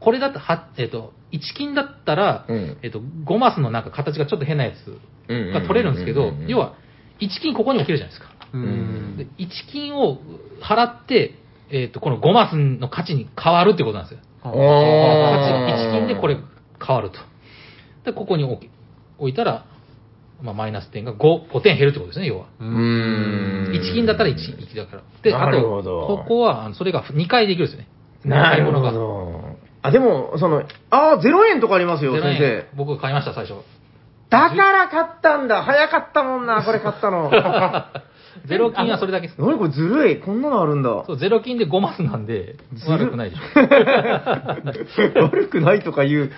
A: これだと、はえっと、1金だったら、
B: うん
A: えっと、5マスのなんか形がちょっと変なやつ
B: うん
A: が取れるんですけ
B: うんう
A: ど
B: んうんうんう、ん
A: 要は、1金ここに置けるじゃないですか。
C: う
A: で
C: ん。
A: 1金を払って、えっと、この5マスの価値に変わるってことなんですよ。
B: お
A: 価値1金
B: ー
A: でこれ変わると。で、ここに置き置いたら、まあ、マイナス点が 5, 5点減るってことですね、要は。
C: う。
B: うんーん。
A: 1金だったら 1, 1だから。で、あ
B: なるほど
A: と、ここは、あのそれが2回できるんですよね。
B: なる
A: 買い
B: ほ
A: 物が
B: ど。あ、でも、その、あー、0円とかありますよ、
A: 0
B: 先
A: 円
B: 生。
A: 僕が買いました、最
B: [laughs]
A: 初。
B: だから買ったんだ早かったもんな、これ買った
A: [laughs]
B: の。な
A: ゼロ金はそれだけです。
B: にこれずるいこんなのあるんだ
A: そ。う、ゼロ金で5マスなんで、
B: ずる
A: 悪くないでしょ。
B: [laughs] 悪くないとか
A: [laughs]
B: 言う。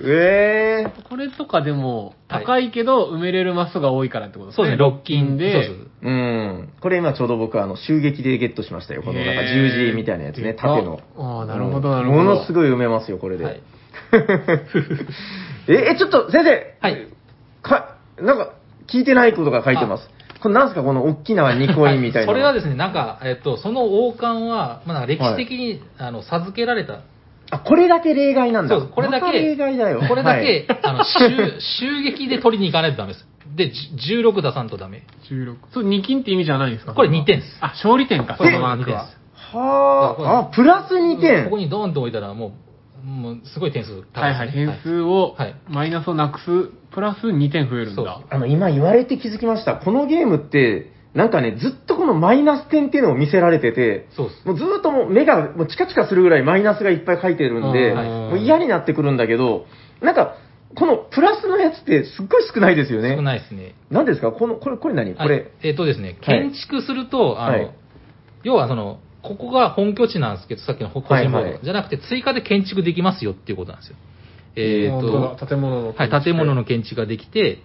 B: ええ
C: これとかでも、
A: はい
C: 高いけど埋めれるマスが多いからってこと
A: そうですね、6金
C: で
A: そうそう。
B: うん。これ今ちょうど僕、あの、襲撃でゲットしましたよ。このなんか
C: へー
B: 十字みたいなやつね、縦の。
C: ああ、なるほど、なるほ
B: も
C: ど。
B: のす
C: い。
B: ごい埋めますよ、これで。
A: はい。
B: [laughs] え、え、ちょっと、先生。
A: はい。
B: か、なんか、聞いてないことが書いてます。これなんすか、この大きなニコインみたい
A: [laughs]
B: な。
A: それはですすね、なんか、えっと、その王冠は、まあ、なんか歴史的に、あの、授けられた。
B: あ、これだけ例外なんだ。
A: そうですこれだけ、
B: また例外だよ。
A: これだ
B: はい
A: け、あの、襲襲撃で取りに行かないとダメです。で、じゅ16出さんとダメ。
C: 16。そう、2金って意味じゃないんですか
A: これ2点です。
C: あ、勝利点か、
A: こ
C: そ
A: れ
C: のマークは。
B: は
A: これ
B: あ、あ、プラス2点。
A: ここにドーンと置いたら、もう、もう、すごい点数高
C: はいい
A: です
C: はい、
A: ね。
C: 点数を
A: はい、
C: マイナスをなくす、プラス2点増えるん
A: そう
C: だ。
B: あの、今言われて気づきました。このゲームって、なんかね、ずっとこのマイナス点っていうのを見せられてて、
A: そうです。
B: もうずっともう目がもうチカチカするぐらいマイナスがいっぱい書いてるんで、
C: うん
A: はい
B: もう嫌になってくるんだけど、なんか、このプラスのやつってすっごい少ないですよね。
A: 少ないですね。
B: 何ですかこの、これ、これ何こ
A: はい
B: れ。
A: えっ、とですね、
B: はい
A: 建築すると、あの、
B: はい
A: 要はその、ここが本拠地なんですけど、さっきの個人ボード、
B: はいはい
A: じゃなくて、追加で建築できますよっていうことなんですよ。えっ、
C: 本
A: と、
C: 当だ建物の。
A: はい、建物
C: の。
A: の建築ができて、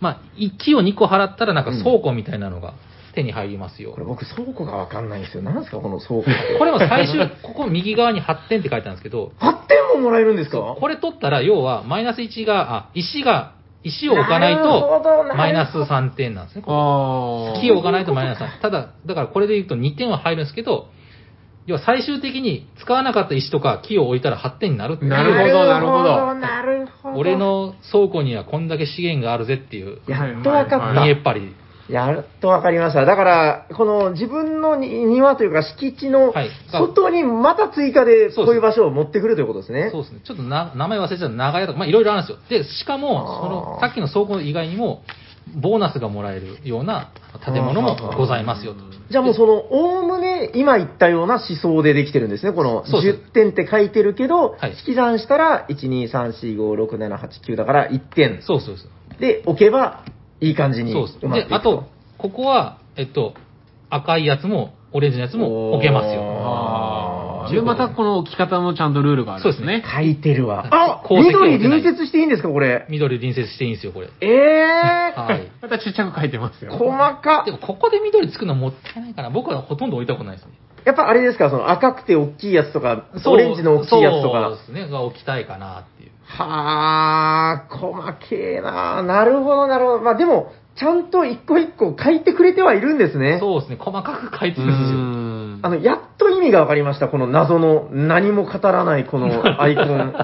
A: まあ、1を2個払ったら、なんか倉庫みたいなのが手に入りますよ。
B: これ僕倉庫がわかんないんですよ。何ですかこの倉庫って。
A: これも最終、 [laughs] ここ右側に8点って書いてあるんですけど、
B: 8点ももらえるんですか
A: これ取ったら、要は、マイナス1が、あ、石が、石を置かない
B: なるほどなるほ
A: と
B: ど、
A: マイナス3点なんですね。
C: ああ。
A: 木を置かないとマイナス3。ただ、だからこれで言うと2点は入るんですけど、要は最終的に使わなかった石とか木を置いたら8点になるっていう。
C: なるほどなるほど
B: なるほど。
A: 俺。の倉庫にはこんだけ資源があるぜっていう、
B: やっとわかった。
A: 見えっ張り。
B: やっとわかりました。だから、この自分のに庭というか敷地の
A: はい
B: 外にまた追加でこういう場所を持ってくるということですね。
A: そうですね。ちょっとな名前忘れちゃう長屋とか、まあいろいろあるんですよ。で、しかも、その、
B: あー
A: さっきの倉庫以外にも、ボーナスがもらえるような建物もございますよと。
B: じゃあもうその、おおむね今言ったような思想でできてるんですね。この
A: そうです
B: 10点って書いてるけど、
A: はい
B: 引き算したら、1、2、3、4、5、6、7、8、9だから1点。
A: そうそうそう。
B: で、置けばいい感じに
A: そうです。
B: 埋まってい
A: で
B: く、
A: あと、ここは、えっと、赤いやつも、オレンジのやつも置けますよ。
B: あー
C: で、またこの置き方もちゃんとルールがあるんですね。
B: 書いてるわ。あ
A: 鉱石を置
B: 緑
A: いてない
B: 隣接していいんですか、これ。
A: 緑隣接していいんですよ、これ。
B: ええー、
A: はい。
C: またちっちゃく書いてますよ。
B: 細か
A: [laughs] で。も、ここで緑つくのもったいないから、僕はほとんど置いたことないですね。
B: やっぱあれですか、その赤くて大きいやつとか、
A: そう
B: オレンジの大きいやつとか。
A: そうですね、が置きたいかなっていう。
B: はあ、細けえななるほど、なるほど。まあでも、ちゃんと一個一個書いてくれてはいるんですね。
A: そうですね、細かく書いて
C: う
A: るんですよ。
C: ん
B: あの、やっと意味がわかりました。この謎の何も語らないこのアイ
A: [laughs]
B: コン。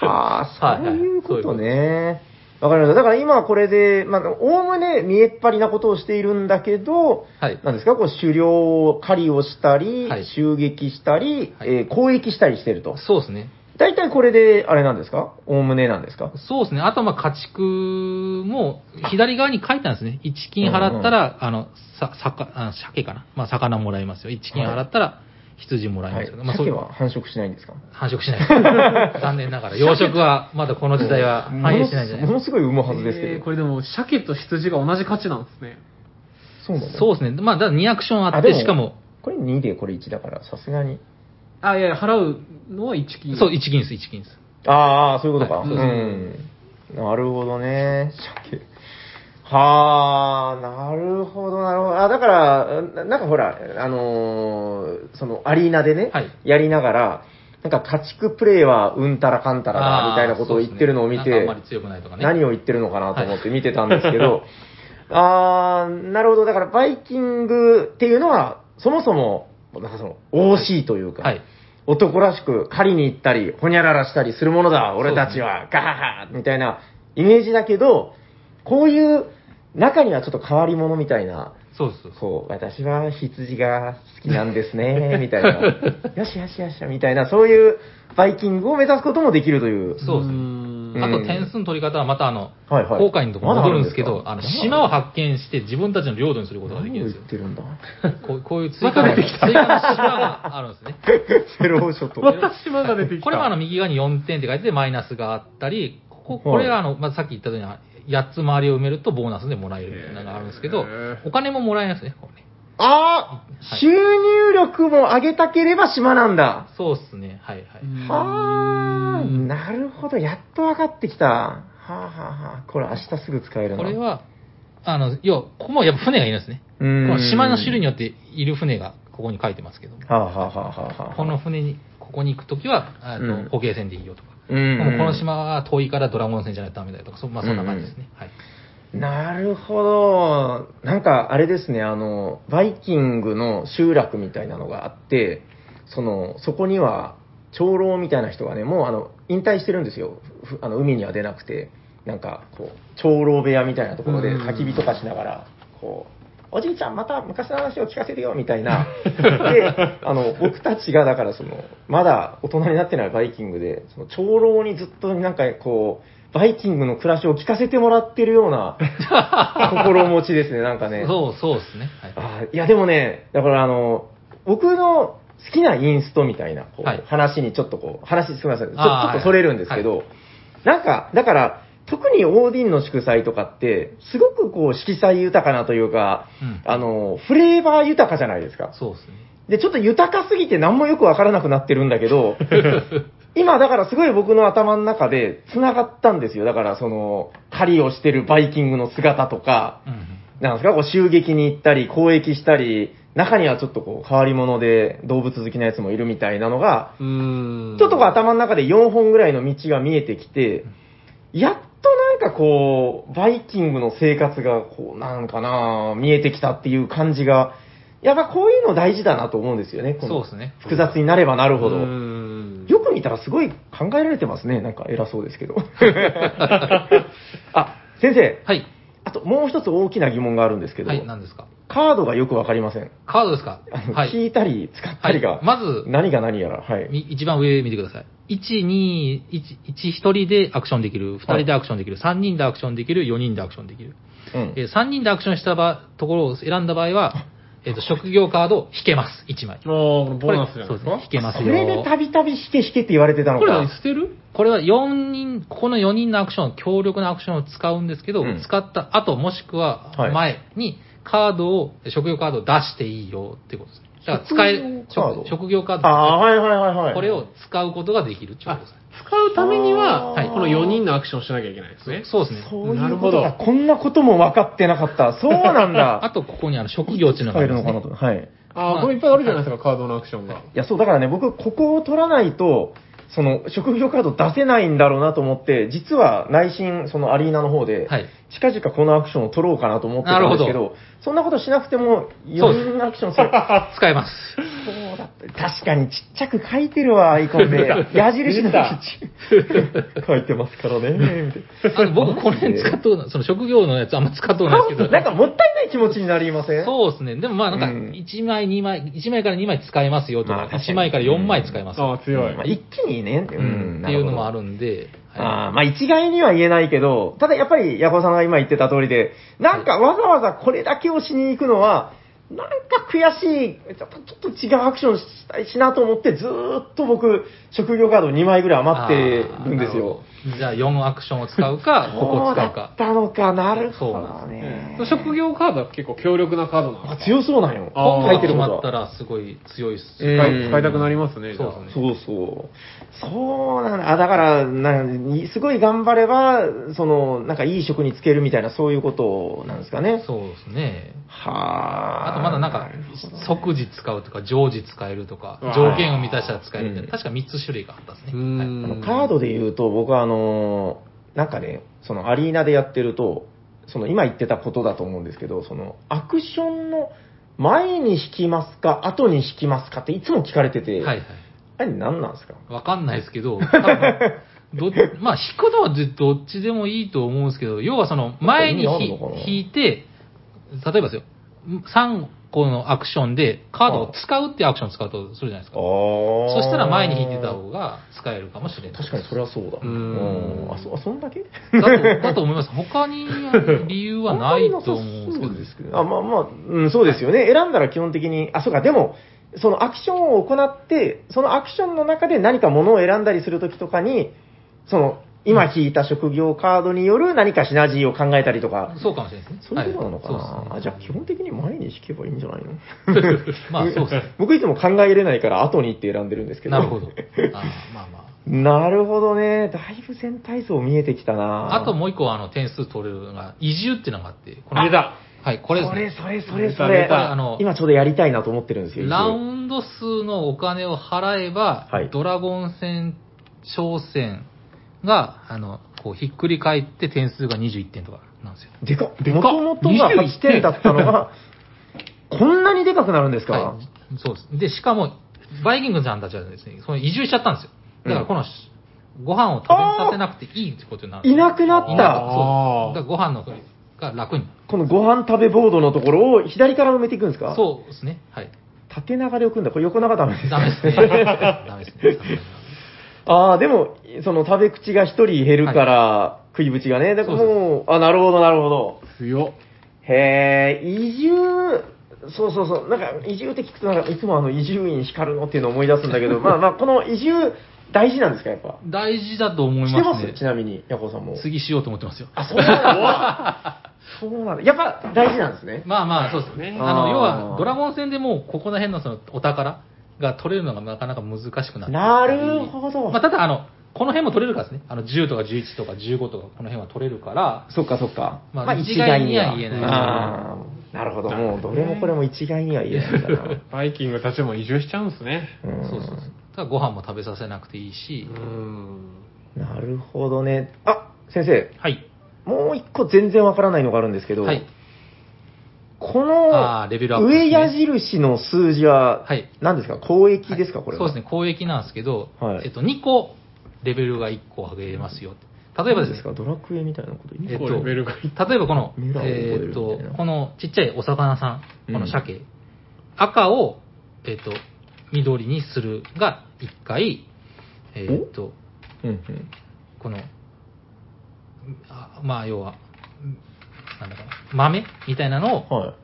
B: はあ、
A: はい
B: そ
A: は
B: う
A: い
B: いうことね。わかりました。だから今これで、まあ、おおむね見えっ張りなことをしているんだけど、
A: はい
B: なんですか、こう、狩猟を、狩りをしたり、
A: はい
B: 襲撃したり、
A: はい
B: えー攻撃したりしてると。
A: そうですね。
B: 大体これで、あれなんですかおおむねなんですか
A: そうですね。あと、まあ、家畜も、左側に書いてあるんですね。1金払ったら、あの、さ、さか、あ鮭かな。まあ、魚もらえますよ。1金払ったら、羊もらえるんですよね。まあ、そうい
B: 鮭
A: う
B: は繁殖しないんですか
A: 繁殖しない。 [laughs] 残念ながら。養殖は、まだこの時代は繁栄しないんじゃない
B: も
A: で
B: のすごい産むはずですけど。
E: えーこれでも、鮭と羊が同じ価値なんですね。
B: そうなん
A: す
B: だ。
A: か。そうですね。まあ、だから2アクションあ
B: あ
A: っ
B: で
A: て、しかも、。
B: これ2でこれ1だから、さすがに。
E: あ、いやいや、払うのは1金。
A: そう、1金です、1金です。
B: ああ、そういうことか。
A: は
B: う
A: い
B: ん。なるほどね。鮭。はあ、なるほど、なるほど。あ、だから、ななんかほら、あのーそのアリーナでね、
A: はい
B: やりながら、なんか家畜プレイはうんたらかんたらだみたいなことを言ってるのを見
A: あーそうですねな
B: て、
A: んかあんまり強くないとかね。
B: 何を言ってるのかな
A: [laughs]
B: と思って見てたんですけど、あー、なるほど。だから、バイキングっていうのは、そもそも、なんかその、OC というか、
A: はい
B: 男らしく狩りに行ったり、ほにゃららしたりするものだ、俺たちは、ガハハみたいなイメージだけど、こういう、中にはちょっと変わり者みたいな、
A: そうです。
B: こう、私は羊が好きなんです
A: [laughs]
B: ね、みたいな、よしよしよし、みたいな、そういうバイキングを目指すこともできるという。
A: そうですね
E: ーん
A: あと点数の取り方はまたあの、
B: はいはい
A: 航海のところに戻るんですけど、
B: まだあ
A: あ
B: るん
A: の、
B: ですか
A: 島を発見して自分たちの領土にすることができるんですよ
B: 何を言って。るんだ
A: こうこういう追加の、追加の島があるんですね。
B: [laughs] セロー諸島。
E: 私まだ出てきた。
A: これはあの右側に4点って書いててマイナスがあったり、こここれはあの、まあ、さっき言ったように、8つ周りを埋めるとボーナスでもらえるみたいなのがあるんですけ
C: へ
A: ど
C: ー、
A: お金ももらえないですね、これね
B: ああ、収入力も上げたければ島なんだ。
A: そうっすね、はいは
E: う
A: い。
E: ん
B: はあ、なるほど。やっと分かってきた。はあはあはあ。これ明日すぐ使えるな。
A: これは、あの、要は、ここもやっぱ船がいるんですね。
B: う
A: こ
B: ん、
A: の島の種類によっている船がここに書いてますけども、
B: はあ、はあはあはあはあ、
A: この船に、ここに行くときは、あ
B: うん
A: の捕鯨船でいいよとか、
B: うん、
A: もうこの島は遠いからドラゴン船じゃないとダメだよとか、そ,、まあ、そんな感じですね。はい。
B: なるほど。なんか、あれですね、あの、バイキングの集落みたいなのがあって、その、そこには、長老みたいな人がね、もう、あの、引退してるんですよ。ふあの、海には出なくて、なんか、こう、長老部屋みたいなところで、
E: うん
B: 焚き火とかしながら、こう、おじいちゃん、また昔の話を聞かせるよ、みたいな。で、あの、僕たちが、だから、その、まだ大人になってないバイキングで、その、長老にずっとなんか、こう、バイキングの暮らしを聞かせてもらってるような心持ちですね、なんかね。
A: そう、そうですね。はい。
B: あーいや、でもね、だからあの、僕の好きなインストみたいな、こう
A: はい
B: 話にちょっとこう、話、すみません、ちょちょ
A: あー
B: っとそれるんですけど、なんか、だから、特にオーディンの祝祭とかって、すごくこう、色彩豊かなというか、
A: うん
B: あの、フレーバー豊かじゃないですか。
A: そう
B: [laughs]
A: ですね。
B: で、ちょっと豊かすぎて何もよくわからなくなってるんだ
A: [laughs]
B: けど、今だからすごい僕の頭の中で繋がったんですよ。だからその、狩りをしてるバイキングの姿とか、
A: うんうん。
B: なんですか、こう襲撃に行ったり、攻撃したり、中にはちょっとこう変わり者で動物好きなやつもいるみたいなのが、
E: うーん。
B: ちょっとこう頭の中で4本ぐらいの道が見えてきて、やっとなんかこう、バイキングの生活がこう、なんかなあ見えてきたっていう感じが、やっぱこういうの大事だなと思うんですよね、こ
A: そう
B: の
A: ですね。
B: 複雑になればなるほど
E: う。ーん
B: よく見たらすごい考えられてますね、なんか偉そうです
A: [laughs]
B: けど。あ、先生、
A: はい。
B: あともう一つ大きな疑問があるんですけど、
A: はい、何ですか
B: カードがよくわかりません。
A: カードですか
B: あの
A: は
B: 聞
A: い。
B: いたり使った
A: は
B: り
A: い
B: が、、
A: まず、
B: 何が何やら、はい。
A: み一番上見てください。1、2、1、1、1人でアクションできる、2人でアクションできる、3人でアクションできる、4人でアクションできる。
B: うん
A: えー3人でアクションした場ところを選んだ場合は、えっ、と、職業カードを引けます、1枚。
E: あーこのボーナスじゃない
A: そうですす
E: でか
A: ね。引けます
B: そ
A: よ。
B: れでたびたび引け引けって言われてたの
E: これ何
B: か。
E: 捨てる
A: これは4人、ここの4人のアクション、強力なアクションを使うんですけど、
B: うん
A: 使った後、もしくは
B: はい
A: 前にカードを、職業カードを出していいよってことですね。だから使え、
B: 職業カード
A: 職職業カード
B: ああー、はいはいはいはい。
A: これを使うことができるってことですね。
E: 使うためには、
B: はい
E: この4人のアクションをしなきゃいけないですね。
A: そうですね。
B: そう
E: ないる
B: うこ
E: ほ
B: と
E: ど
B: だ。こんなことも分かってなかった。そうなん
A: [laughs]
B: だ。
A: あと、ここにあの職業っていうのがあ
B: 使
A: り
B: える
A: ま
B: の
A: す
B: かな
A: ね
B: と。。はい。
E: ああ、これいっぱいあるじゃないですか、カードのアクションが。
B: いや、そう、だからね、僕、ここを取らないと、その、職業カード出せないんだろうなと思って、実は内心、そのアリーナの方で、
A: はい。
B: 近々このアクションを取ろうかなと思ってたんですけ
A: なる
B: ど、そんなことしなくても、4人アクション
A: [laughs]
B: する。
A: 使えます。
B: そうだった。確かにちっちゃく書いてるわ、アイコン
A: [laughs]
B: で。矢印の位置。書いてますからね。
A: あの僕、これ使っとくの、その職業のやつあんま使っとくないですけど。
B: なんかもったいない気持ちになりません
A: そうですね。でもまあなんか、
B: うん
A: 1枚、2枚、1枚から2枚使えますよと
B: まあ
A: か、
B: 確かに
A: 1枚から4枚使えますよ
E: ああ、強い。
B: まあ一気にね、う
A: うんっていうのもあ
B: る。
A: るんで、
B: あーまあ一概には言えないけど、ただやっぱり、ヤコさんが今言ってた通りで、なんかわざわざこれだけをしに行くのは、なんか悔しい、ちょっとちょっと違うアクションしたいしなと思って、ずーっと僕、職業カード2枚ぐらい余ってるんで
A: あー。な
B: すよ。
A: るほどじゃあ4アクションを使う
B: [laughs]
A: か、ここを使う
B: だ
A: か
B: っ。たのか、なるほ
A: そうな
B: どね。
E: 職業カードは結構強力なカードな
B: あ
E: の
B: 強そうなんよ。
E: あー
A: 今
B: 書
A: 回
B: いて
A: 決
B: る
A: ま
B: こと
A: った
B: は。
A: らすごい強いっす。
B: え
E: 使
B: うん
E: い使いたくなりますね、じ
A: そ
E: ゃ
A: うですね
B: そうそう。そうなんあ、だから、なんすごい頑張れば、その、なんかいい職に就けるみたいな、そういうことなんですかね。
A: そうですね。
B: は
A: あ
B: あ。
A: とまだなんか
B: るほどね、
A: 即時使うとか、常時使えるとか
E: うわ、ー
A: 条件を満たしたら使えるみたいな、確か3つ種類があったんです
E: う
A: ね。はい
B: あの
E: ん。
B: カードで言うと、僕はあのーなんかね、そのアリーナでやってると、その今言ってたことだと思うんですけど、そのアクションの前に引きますか、後に引きますかっていつも聞かれてて、
A: はいはい。
B: あれ何なんですか
A: わかんないですけど、多分ど
B: [laughs]
A: っまあ、引くのはずどっちでもいいと思うんですけど、要はその前に
B: なんか意味あるのかな
A: ひ引いて、例えばですよ、3個のアクションでカードを使うっていうアクションを使うとするじゃないですか。そ
B: そ
A: したら前に引いてた方が使えるかもしれない。
B: 確かにそれはそうだ。
E: うん
B: あ、そ、あそんだけ
A: だとだと思います。他に理由はないと思うん
B: そ
A: ですけど。
B: けど。 [laughs] あ、まあまあ、うん、そうですよね。選んだら基本的に、あ、そうか、でも、そのアクションを行って、そのアクションの中で何かものを選んだりするときとかに、その、今引いた職業カードによる何かシナジーを考えたりとか、
A: そうかもしれないです
B: そ
A: ね。
B: ういうことなのかな、
A: はい
B: あじゃあ基本的に前に引けばいいんじゃないの
A: そうですね [laughs] まあそうですね。
B: [laughs] 僕いつも考え入れないから後にって選んでるんですけど。
A: なる
B: [laughs]
A: ほど。あーまあま
B: なるほどね。だいぶ全体像見えてきたな
A: あ。あともう一個はあの点数取れるのが、移住っていうのがあって、こ
C: あ出た。
A: はい、これです
B: そ
A: ね
B: れ。それそれ
E: 出
B: そ
E: た
B: れ
E: 出た
A: あの
B: 今ちょうどやりたいなと思ってるんですよ。
A: ラウンド数のお金を払えば、
B: はい
A: ドラゴン戦、商戦が、あの、こう、ひっくり返って点数が21点とかなんですよ。
B: でかっ。もともとが8点だったの
A: [laughs]
B: が、こんなにでかくなるんですか、
A: はい、そうです。で、しかも、バイキングさんたちはですね、その移住しちゃったんですよ。だからこの、ご飯を食べさせなくていいってことになる。
B: いなく
A: い
B: な
A: な
B: っ
A: く
B: た。
A: そう
E: あ
A: だ
E: ー
A: からご飯の方が楽にな
B: このご飯食べボードのところを左から埋めていくんですか
A: る。そうですね。はい。
B: 縦長で置くんだ。これ横長ダメです。
A: ダメ
B: [laughs]
A: ですね。ダメですね。
B: ああ、でも、その食べ口が1人減るから、食い口がね。だからもう、あ、なるほど、なるほど。
E: 強っ。
B: へえ、移住、そうそうそう、なんか移住って聞くと、なんかいつもあの移住院光るのっていうのを思い出すん
A: [laughs]
B: だけど、まあまあ、この移住、大事なんですか、やっぱ。
A: 大事だと思い
B: して
A: ま
B: ますす、
A: ね。
B: ちなみに、ヤコウさんも。
A: 次しようと思ってますよ。
B: あ、そうなんだ。そうなんだ。やっぱ大事なんですね。
A: まあまあ、そうですね。あ
B: あ
A: の、
B: ー
A: 要は、ドラゴン戦でもう、ここら辺のその、お宝が取れるのがなかなか難しくなって。
B: なるほど。
A: まあ、ただ、あの、この辺も取れるからですね。あの、10とか11とか15とか、この辺は取れるから、
B: そっかそっか。
A: まあ一概には言えない
B: あーなるほど。もう、どれもこれも一概には言えないんだな。
E: バイキングたちも移住しちゃうんですね。
B: う
A: [laughs]
B: ん
A: そうそうそう。ただ、ご飯も食べさせなくていいし
E: う、ん。
B: なるほどね。あ、先生、
A: はい。
B: もう一個全然わからないのがあるんですけど、
A: はい。
B: こ
A: あ
B: の
A: ーレベルアップです
B: 上
A: ね
B: 矢印の数字は
A: はい
B: 何ですか、交易ですか、これ
A: そう
B: は。
A: ですね、交易なんですけど、
B: はい
A: えっと、2個、レベルが1個上げれますよ。例えばです
B: 何
A: ね
B: です、か、ドラクエみたいなこと言う
A: えっと
E: こうレベルがいい。
A: 例えばこの、
B: ミラーを覚え
A: え
B: る
A: ーっ
B: みたいな
A: と、このちっちゃいお魚さん、こ
B: う
A: の
B: ん
A: 鮭、赤を、えーっと、緑にするが1回、えーっと、
B: うんうん
A: この、あまあ要は、なんだかな、豆みたいなのを
B: はい。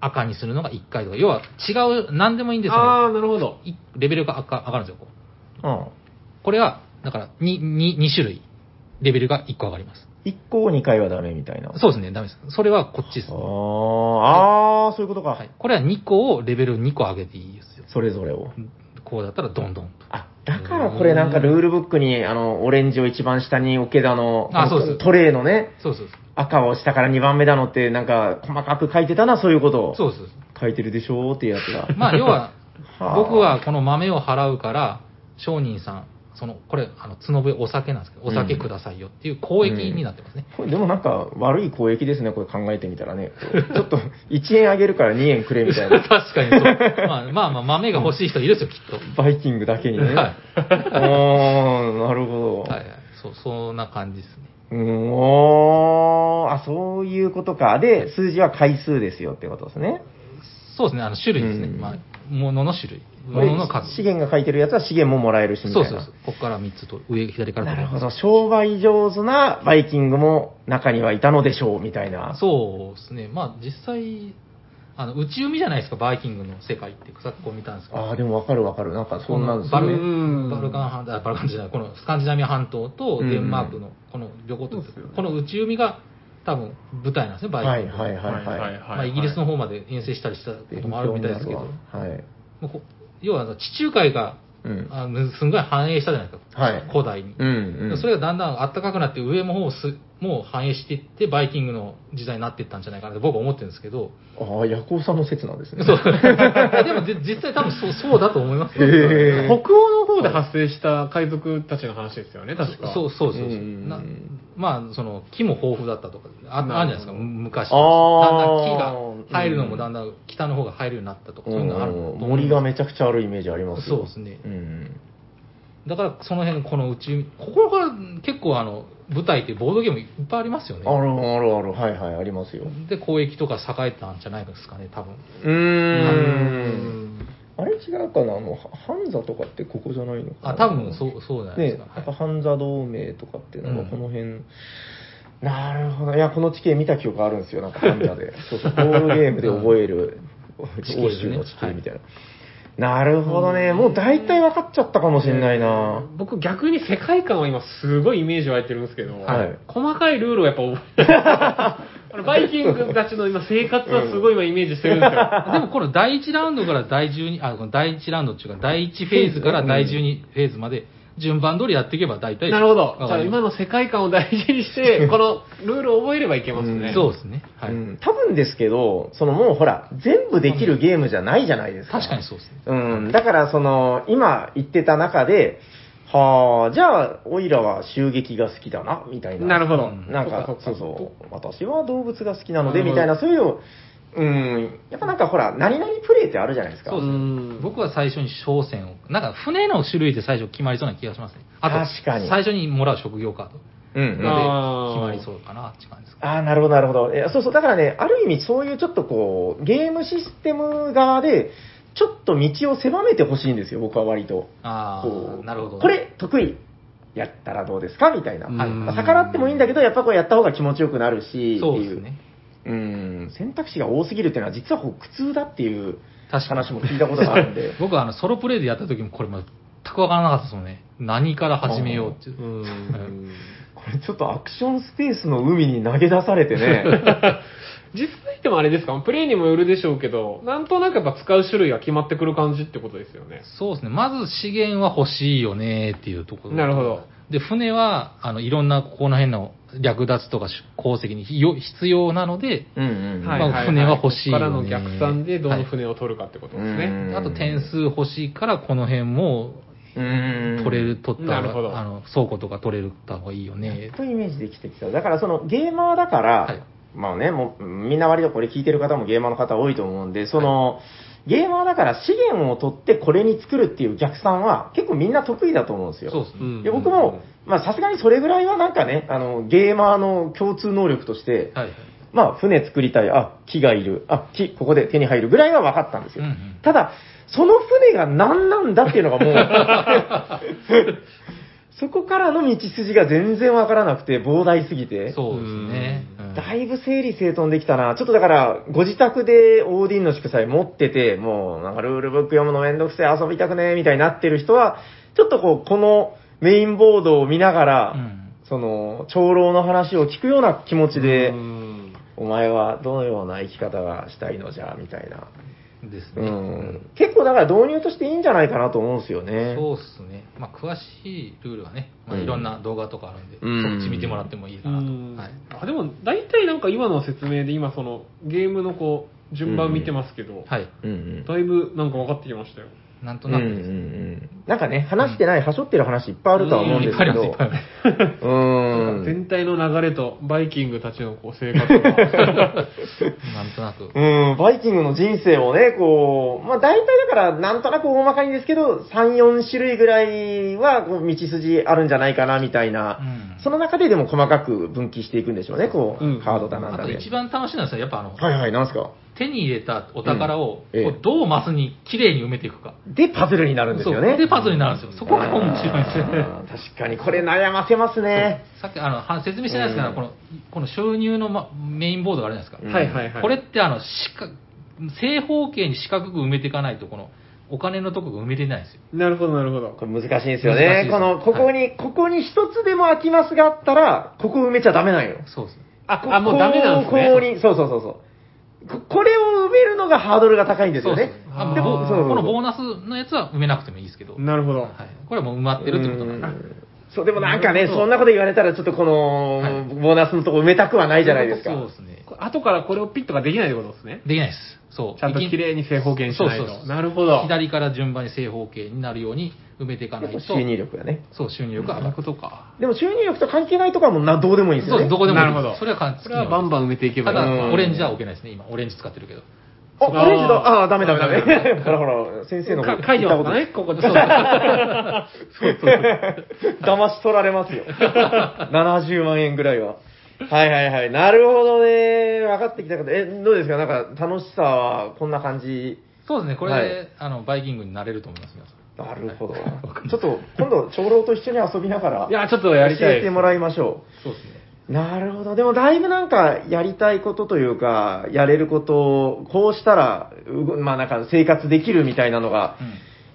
A: 赤にするのが1回とか、要は違う、何でもいいんです
E: あ
A: よ、
E: あ、なるほど。
A: いレベルが赤上がるんですよ、こう
B: ああ
A: これは、だから2、2、2種類、レベルが1個上がります。
B: 1個を2回はダメみたいな。
A: そうですね、ダメです。それはこっちです
B: あ。ああー、そういうことか。
A: はい、これは2個をレベル2個上げていいですよ。
B: それぞれを。
A: こうだったらどんどんと。
B: あ、だからこれなんかルールブックに、あの、オレンジを一番下に、オケだの、
A: あ
B: あの
A: そうです
B: トレイのね、
A: そうそうそう。
B: 赤を下から2番目だのって、なんか細かく書いてたな、そういうことを。
A: そうそうそ
B: 書いてるでしょーっていうやつが
A: う。。まあ、要は、
B: はあ
A: 僕はこの豆を払うから、商人さん、その、これ、あの、角笛お酒なんですけど、お酒くださいよっていう交易になってますね。
B: これでもなんか悪い交易ですね、これ考えてみたらね。ちょっと1円あげるから2円
A: [laughs]
B: くれみたいな。
A: 確かにそう。まあまあまあ、豆が欲しい人いるですよ、きっ
B: バイキングだけにね。
A: はい
B: おー、なるほど。
A: と。はいはい。そう、そんな感じですね。
B: うん、おー、あ、そういうことか。で、数字は回数ですよってことですね。
A: そうですね、あの、種類ですね。
B: うん
A: まあ、ものの種類。
B: こ
A: も
B: れ
A: のの数。
B: 資源が書いてるやつは資源ももらえるし、みた
A: そ
B: いう
A: そ
B: な。
A: うそう。ここから3つと、上、左から
B: な
A: 取
B: る
A: れ
B: ほ
A: ます
B: ど。商売上手なバイキングも中にはいたのでしょう、みたいな。
A: そうですね。まあ、実際、あの、内海じゃないですか、バイキングの世界って、さっきこう見たんですけど。
B: ああ、でもわかるわかる。なんかそんなんです
A: バ
B: よ
A: ル
B: ね。
E: ん
A: バルカン半島、あバルカンじゃない、このスカンジナミア半島とデンマークのこの旅行と、
E: そうですよね
A: この内海が多分舞台なんですね、バイキン
B: は
A: グ
B: い。はいはいはい。
A: まあ、イギリスの方まで遠征したりしたこともあるみたいですけど、も
B: 勉強になるわはい。
A: うこ要はあの地中海が
B: うん。
A: あのすんごい繁栄したじゃないですか、
B: はい
A: 古代に、
B: うん、うん。
A: それがだんだん暖かくなって上の方をすもう繁栄していってバイキングの時代になっていったんじゃないかなと僕は思ってるんですけど、
B: ああ、ヤコウさんの説なんですね。
A: そう [laughs] でもじ実際多分そうそうだと思いますよ
B: へー
E: 北欧の方で発生した海賊たちの話ですよね、確か。
A: そうそうそうそう、
B: うんうんうん
A: なまあその木も豊富だったとかああるじゃないですか
E: なるほど
A: 昔
B: あー
A: だんだん木が入るのもだんだん北の方が入るようになったとか、
B: うん
A: そういうのがあると思うんですけど
B: 森がめちゃくちゃあるイメージありますよ
A: そうですね
B: うん。
A: だからその辺このうちここが結構あの舞台ってボードゲームいっぱいありますよね
B: あるあるある。はいはい、ありますよ。
A: で交易とか栄えたんじゃないですかね多分
B: うーん。あれ違うかなあの、ハハンザとかってここじゃないのかな
A: あ多分そうそうじゃないで
B: ね
A: すか、、
B: やっぱ
A: はい
B: ハンザ同盟とかって、なん
A: うん
B: かこの辺、なるほど、いや、この地形見た記憶あるんですよ、なんかハン
A: [laughs]
B: ザで。そうそう、ボールゲームで覚える、
A: 地
B: 欧
A: 形
B: 州
A: ね
B: の地形みたいな。なるほどね、もう大体分かっちゃったかもしれないな。
E: 僕逆に世界観は今すごいイメージ湧いてるんですけど、
B: はい
E: 細かいルールをやっぱ覚えてあのバイキングたちの今生活はすごい今イメージしてるんですよ。
A: [laughs] でもこの第1ラウンドから第12あこの第1ラウンドっていうか第1フェーズから第12フェーズまで順番通りやっていけば大体
E: なるほど。じ
A: わ
E: ゃ
A: か
E: あ
A: りま
E: 今の世界観を大事にして、このルールを覚えればいけますね。
A: すそうですねはい、
B: うん、多分ですけど、そのもうほら、全部できるゲームじゃないじゃないですか。
A: 確かにそうですね
B: うん、だからその、今言ってた中で、はあ、じゃあ、オイラは襲撃が好きだな、みたいな。
E: なるほど。
B: なんか、そう
E: っっっ
B: そう、私は動物が好きなので、
E: なる
B: み
E: ほど
B: たいな、そういうの、うん、やっぱなんかほら、何々プレイってあるじゃないですか。
A: そうです
E: うん
A: 僕は最初に商船をなんか船の種類で最初決まりそうな気がしますねあと
B: 確かに
A: 最初にもらう職業カード
B: うん
A: で
B: うん、
A: 決
B: あ
E: あー
A: まりそうかなって感じですか
B: あー、なるほど、なるほど。いやそうそう、だからね、ある意味そういうちょっとこう、ゲームシステム側で、ちょっと道を狭めてほしいんですよ、僕は割と。
A: あ
B: こ
A: あ
B: う
A: なるほど
B: これ、得意。やったらどうですかみたいな。
A: はい
B: まあ逆らってもいいんだけど、やっぱこうやった方が気持ちよくなるし、って
A: そう
B: い
A: で
B: う
A: すね
B: うん、選択肢が多すぎるっていうのは実はこう苦痛だっていう
A: 確かに
B: 話も聞いたことがあるん
A: [laughs]
B: で。
A: 僕はあのソロプレイでやった時もこれ全くわからなかったですもんね何から始めようっていう
E: う
A: うん
E: ん。
B: これちょっとアクションスペースの海に投げ出されてね。
E: 実際でもあれですかプレイにもよるでしょうけど、なんとなくやっぱ使う種類が決まってくる感じってことですよね。
A: そうですねまず資源は欲しいよねっていうところ
E: なるほど
A: で船はあのいろんなここの辺の略奪とか鉱石にひよ必要なので
B: うんうんうん
A: はいまあ船は欲しいよ
E: こ
A: ね
E: こからの逆算でどの船を取るかってことですね。
B: うん
A: あと点数欲しいからこの辺も
B: うん
A: 取れる、取った
E: なるほど
A: あの倉庫とか取れた方がいいよね。
B: とイメージできてきた。だからそのゲーマーだから、
A: はい
B: まあね、もうみんな割とこれ聞いてる方もゲーマーの方多いと思うんで、その、ゲーマーだから資源を取ってこれに作るっていう逆算は結構みんな得意だと思うんですよ。
A: そうですね。
E: うん
B: いや僕も、まあさすがにそれぐらいはなんかね、あの、ゲーマーの共通能力として、
A: はい。
B: まあ船作りたい、あ、木がいる、あ、木、ここで手に入るぐらいは分かったんです
A: うん
B: よ。
A: うん
B: ただ、その船が何なんだっていうのがもう、
A: [laughs]
B: そこからの道筋が全然分からなくて、膨大すぎて。
A: そうですね。うん
B: だいぶ整理整頓できたな。ちょっとだから、ご自宅でオーディンの祝祭持ってて、もうなんかルールブック読むのめんどくせえ、遊びたくねえ、みたいになってる人は、ちょっとこう、このメインボードを見ながら、
A: うん
B: その、長老の話を聞くような気持ちで、
E: うん
B: お前はどのような生き方がしたいのじゃ、みたいな。
A: です
B: う
A: ね。
B: ん。結構だから導入としていいんじゃないかなと思うんですよね。
A: そうですね。まあ詳しいルールはね、まあ
B: うん
A: いろんな動画とかあるんで、
B: うん
A: そっち見てもらってもいいかなと。はい。
E: あでも大体なんか今の説明で今そのゲームのこう順番見てますけど、
A: はい。
B: うんうん。
E: だいぶなんか分かってきましたよ。
A: なんと
B: うんう
A: なんくですね。
B: うん。なんかね、話してない、はしょってる話いっぱいあるとは思うん
A: い
B: で
A: っ
B: す
A: ぱ
B: け
A: いあります、い
B: ど
A: っ。ぱいあります。
B: う
E: なんか
B: ん。
E: 全体の流れとバイキングたちのこう生活
A: [laughs]
E: が
A: なんとなく。
B: うん、バイキングの人生をね、こう、まあ大体だからなんとなく大まかにですけど、3、4種類ぐらいはこう道筋あるんじゃないかなみたいな、
A: うん
B: その中ででも細かく分岐していくんでしょうね、こう、
E: うん
B: カードだなん
A: あ
B: だ
A: と
B: で。
A: 一番楽しいのはさやっぱあの、
B: はいはい、なんすか
A: 手に入れたお宝を、こ
B: うんええ
A: うどうマスに綺麗に埋めていくか。
B: で、パズルになるんですよね。
A: そうで、パズルになるんですよ。そこが面白いんですよね。
B: あー確かに、これ悩ませますね。
A: さっきあのは説明してないですけど、
B: うん
A: このこの収入の、ま、メインボードがあるじゃないですか、
B: うん
E: はいはいはい。
A: これってあのしか正方形に四角く埋めていかないと、この、お金のとこが埋めれないんですよ。
E: なるほど、なるほど。
B: これ難しいですよ
A: 難しい
B: ね。
A: です
B: この、ここに、ここに一つでも空きますがあったら、ここ埋めちゃダメなんよ。
A: そうですね。
E: あ
B: こ
E: あ、もうダメなんです
B: ここ
E: ね。
B: に、そうそうそうそう。ここれを埋めるのがハードルが高いんですよね
A: そうそう。
E: あ
B: で
E: ー
B: もそうそうそう
A: このボーナスのやつは埋めなくてもいいですけど、はい、
E: なるほど。
A: これはもう埋まってるってことなんで。
B: うんそう、でもなんか
E: な
B: ね、
E: るほど
B: そんなこと言われたら、ちょっとこの、
A: はい
B: ボーナスのとこ埋めたくはないじゃないですか。
A: そうですね。
E: 後からこれをピッとかできないってことですね。
A: できないです。そう。
E: ちゃんと綺麗に正方形にしない
A: そうそうそ
E: と。
A: う
E: なるほど。
A: 左から順番に正方形になるように埋めていかないと、
B: 収入力がね。
A: そう、収入力が上
E: そう
A: が
E: いう
A: る
E: こ。とか。
B: でも収入力と関係ないとこはもうなどうでもいいんです
A: そ
B: よ
A: うで
B: ね。
A: す、どこでもいいです
E: なるほど
A: それは関
E: それはバンバン埋めていけば
A: た
E: いいな。
B: う
A: だ、
B: ん
A: オレンジは置けないですね、今。オレンジ使ってるけど。
B: あ、オレンジだ。ああ、ダメダメダメ。 [laughs] ほらほら、先生の
E: か書いてますかね、ここで。そう [laughs]
B: 騙し取られますよ。70万円ぐらいは。はいはいはい。なるほどね。分かってきたけど、え、どうですかなんか楽しさはこんな感じ。
A: そうですね、これで、
B: はい
A: あの、バイキングになれると思います、皆さん。
B: なるほど。ちょっと今度、長老と一緒に遊びながら。
E: いや、ちょっとやりた
B: 教
E: いで
B: え
E: す。
B: てもらいましょ
A: そうですね。
B: う。なるほど。でもだいぶなんかやりたいことというか、やれることを、こうしたら、うまあなんか生活できるみたいなのが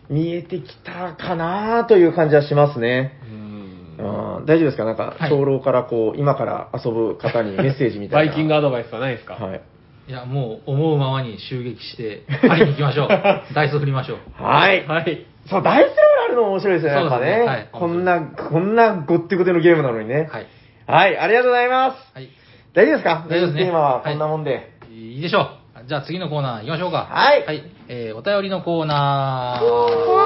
B: 見えてきたかなという感じはしますね。あー大丈夫ですかなんか、
A: はい
B: 長老からこう、今から遊ぶ方にメッセージみた
E: バ
B: いな。
E: イキングアドバイスはないですか、
B: は
A: う
B: い。
A: ん。いや、もう、思うままに襲撃して、パリに行きまし
B: [laughs]
A: ょう。ダイス振りましょう。
B: はい。
E: はい。
B: そう、ダイスロールあるの面白いですね、やっ
A: そう
B: ぱね。
A: ですねはい
B: こんな、こんなごってごてのゲームなのにね。
A: はい。
B: はい。ありがとうございます。
A: はい。
B: 大丈夫ですか
A: 大丈夫ですね
B: メインテーマはこんなもんで。
A: いいでしょう。じゃあ次のコーナー行きましょうか。
B: はい
A: はい。えー、お便りのコーナー。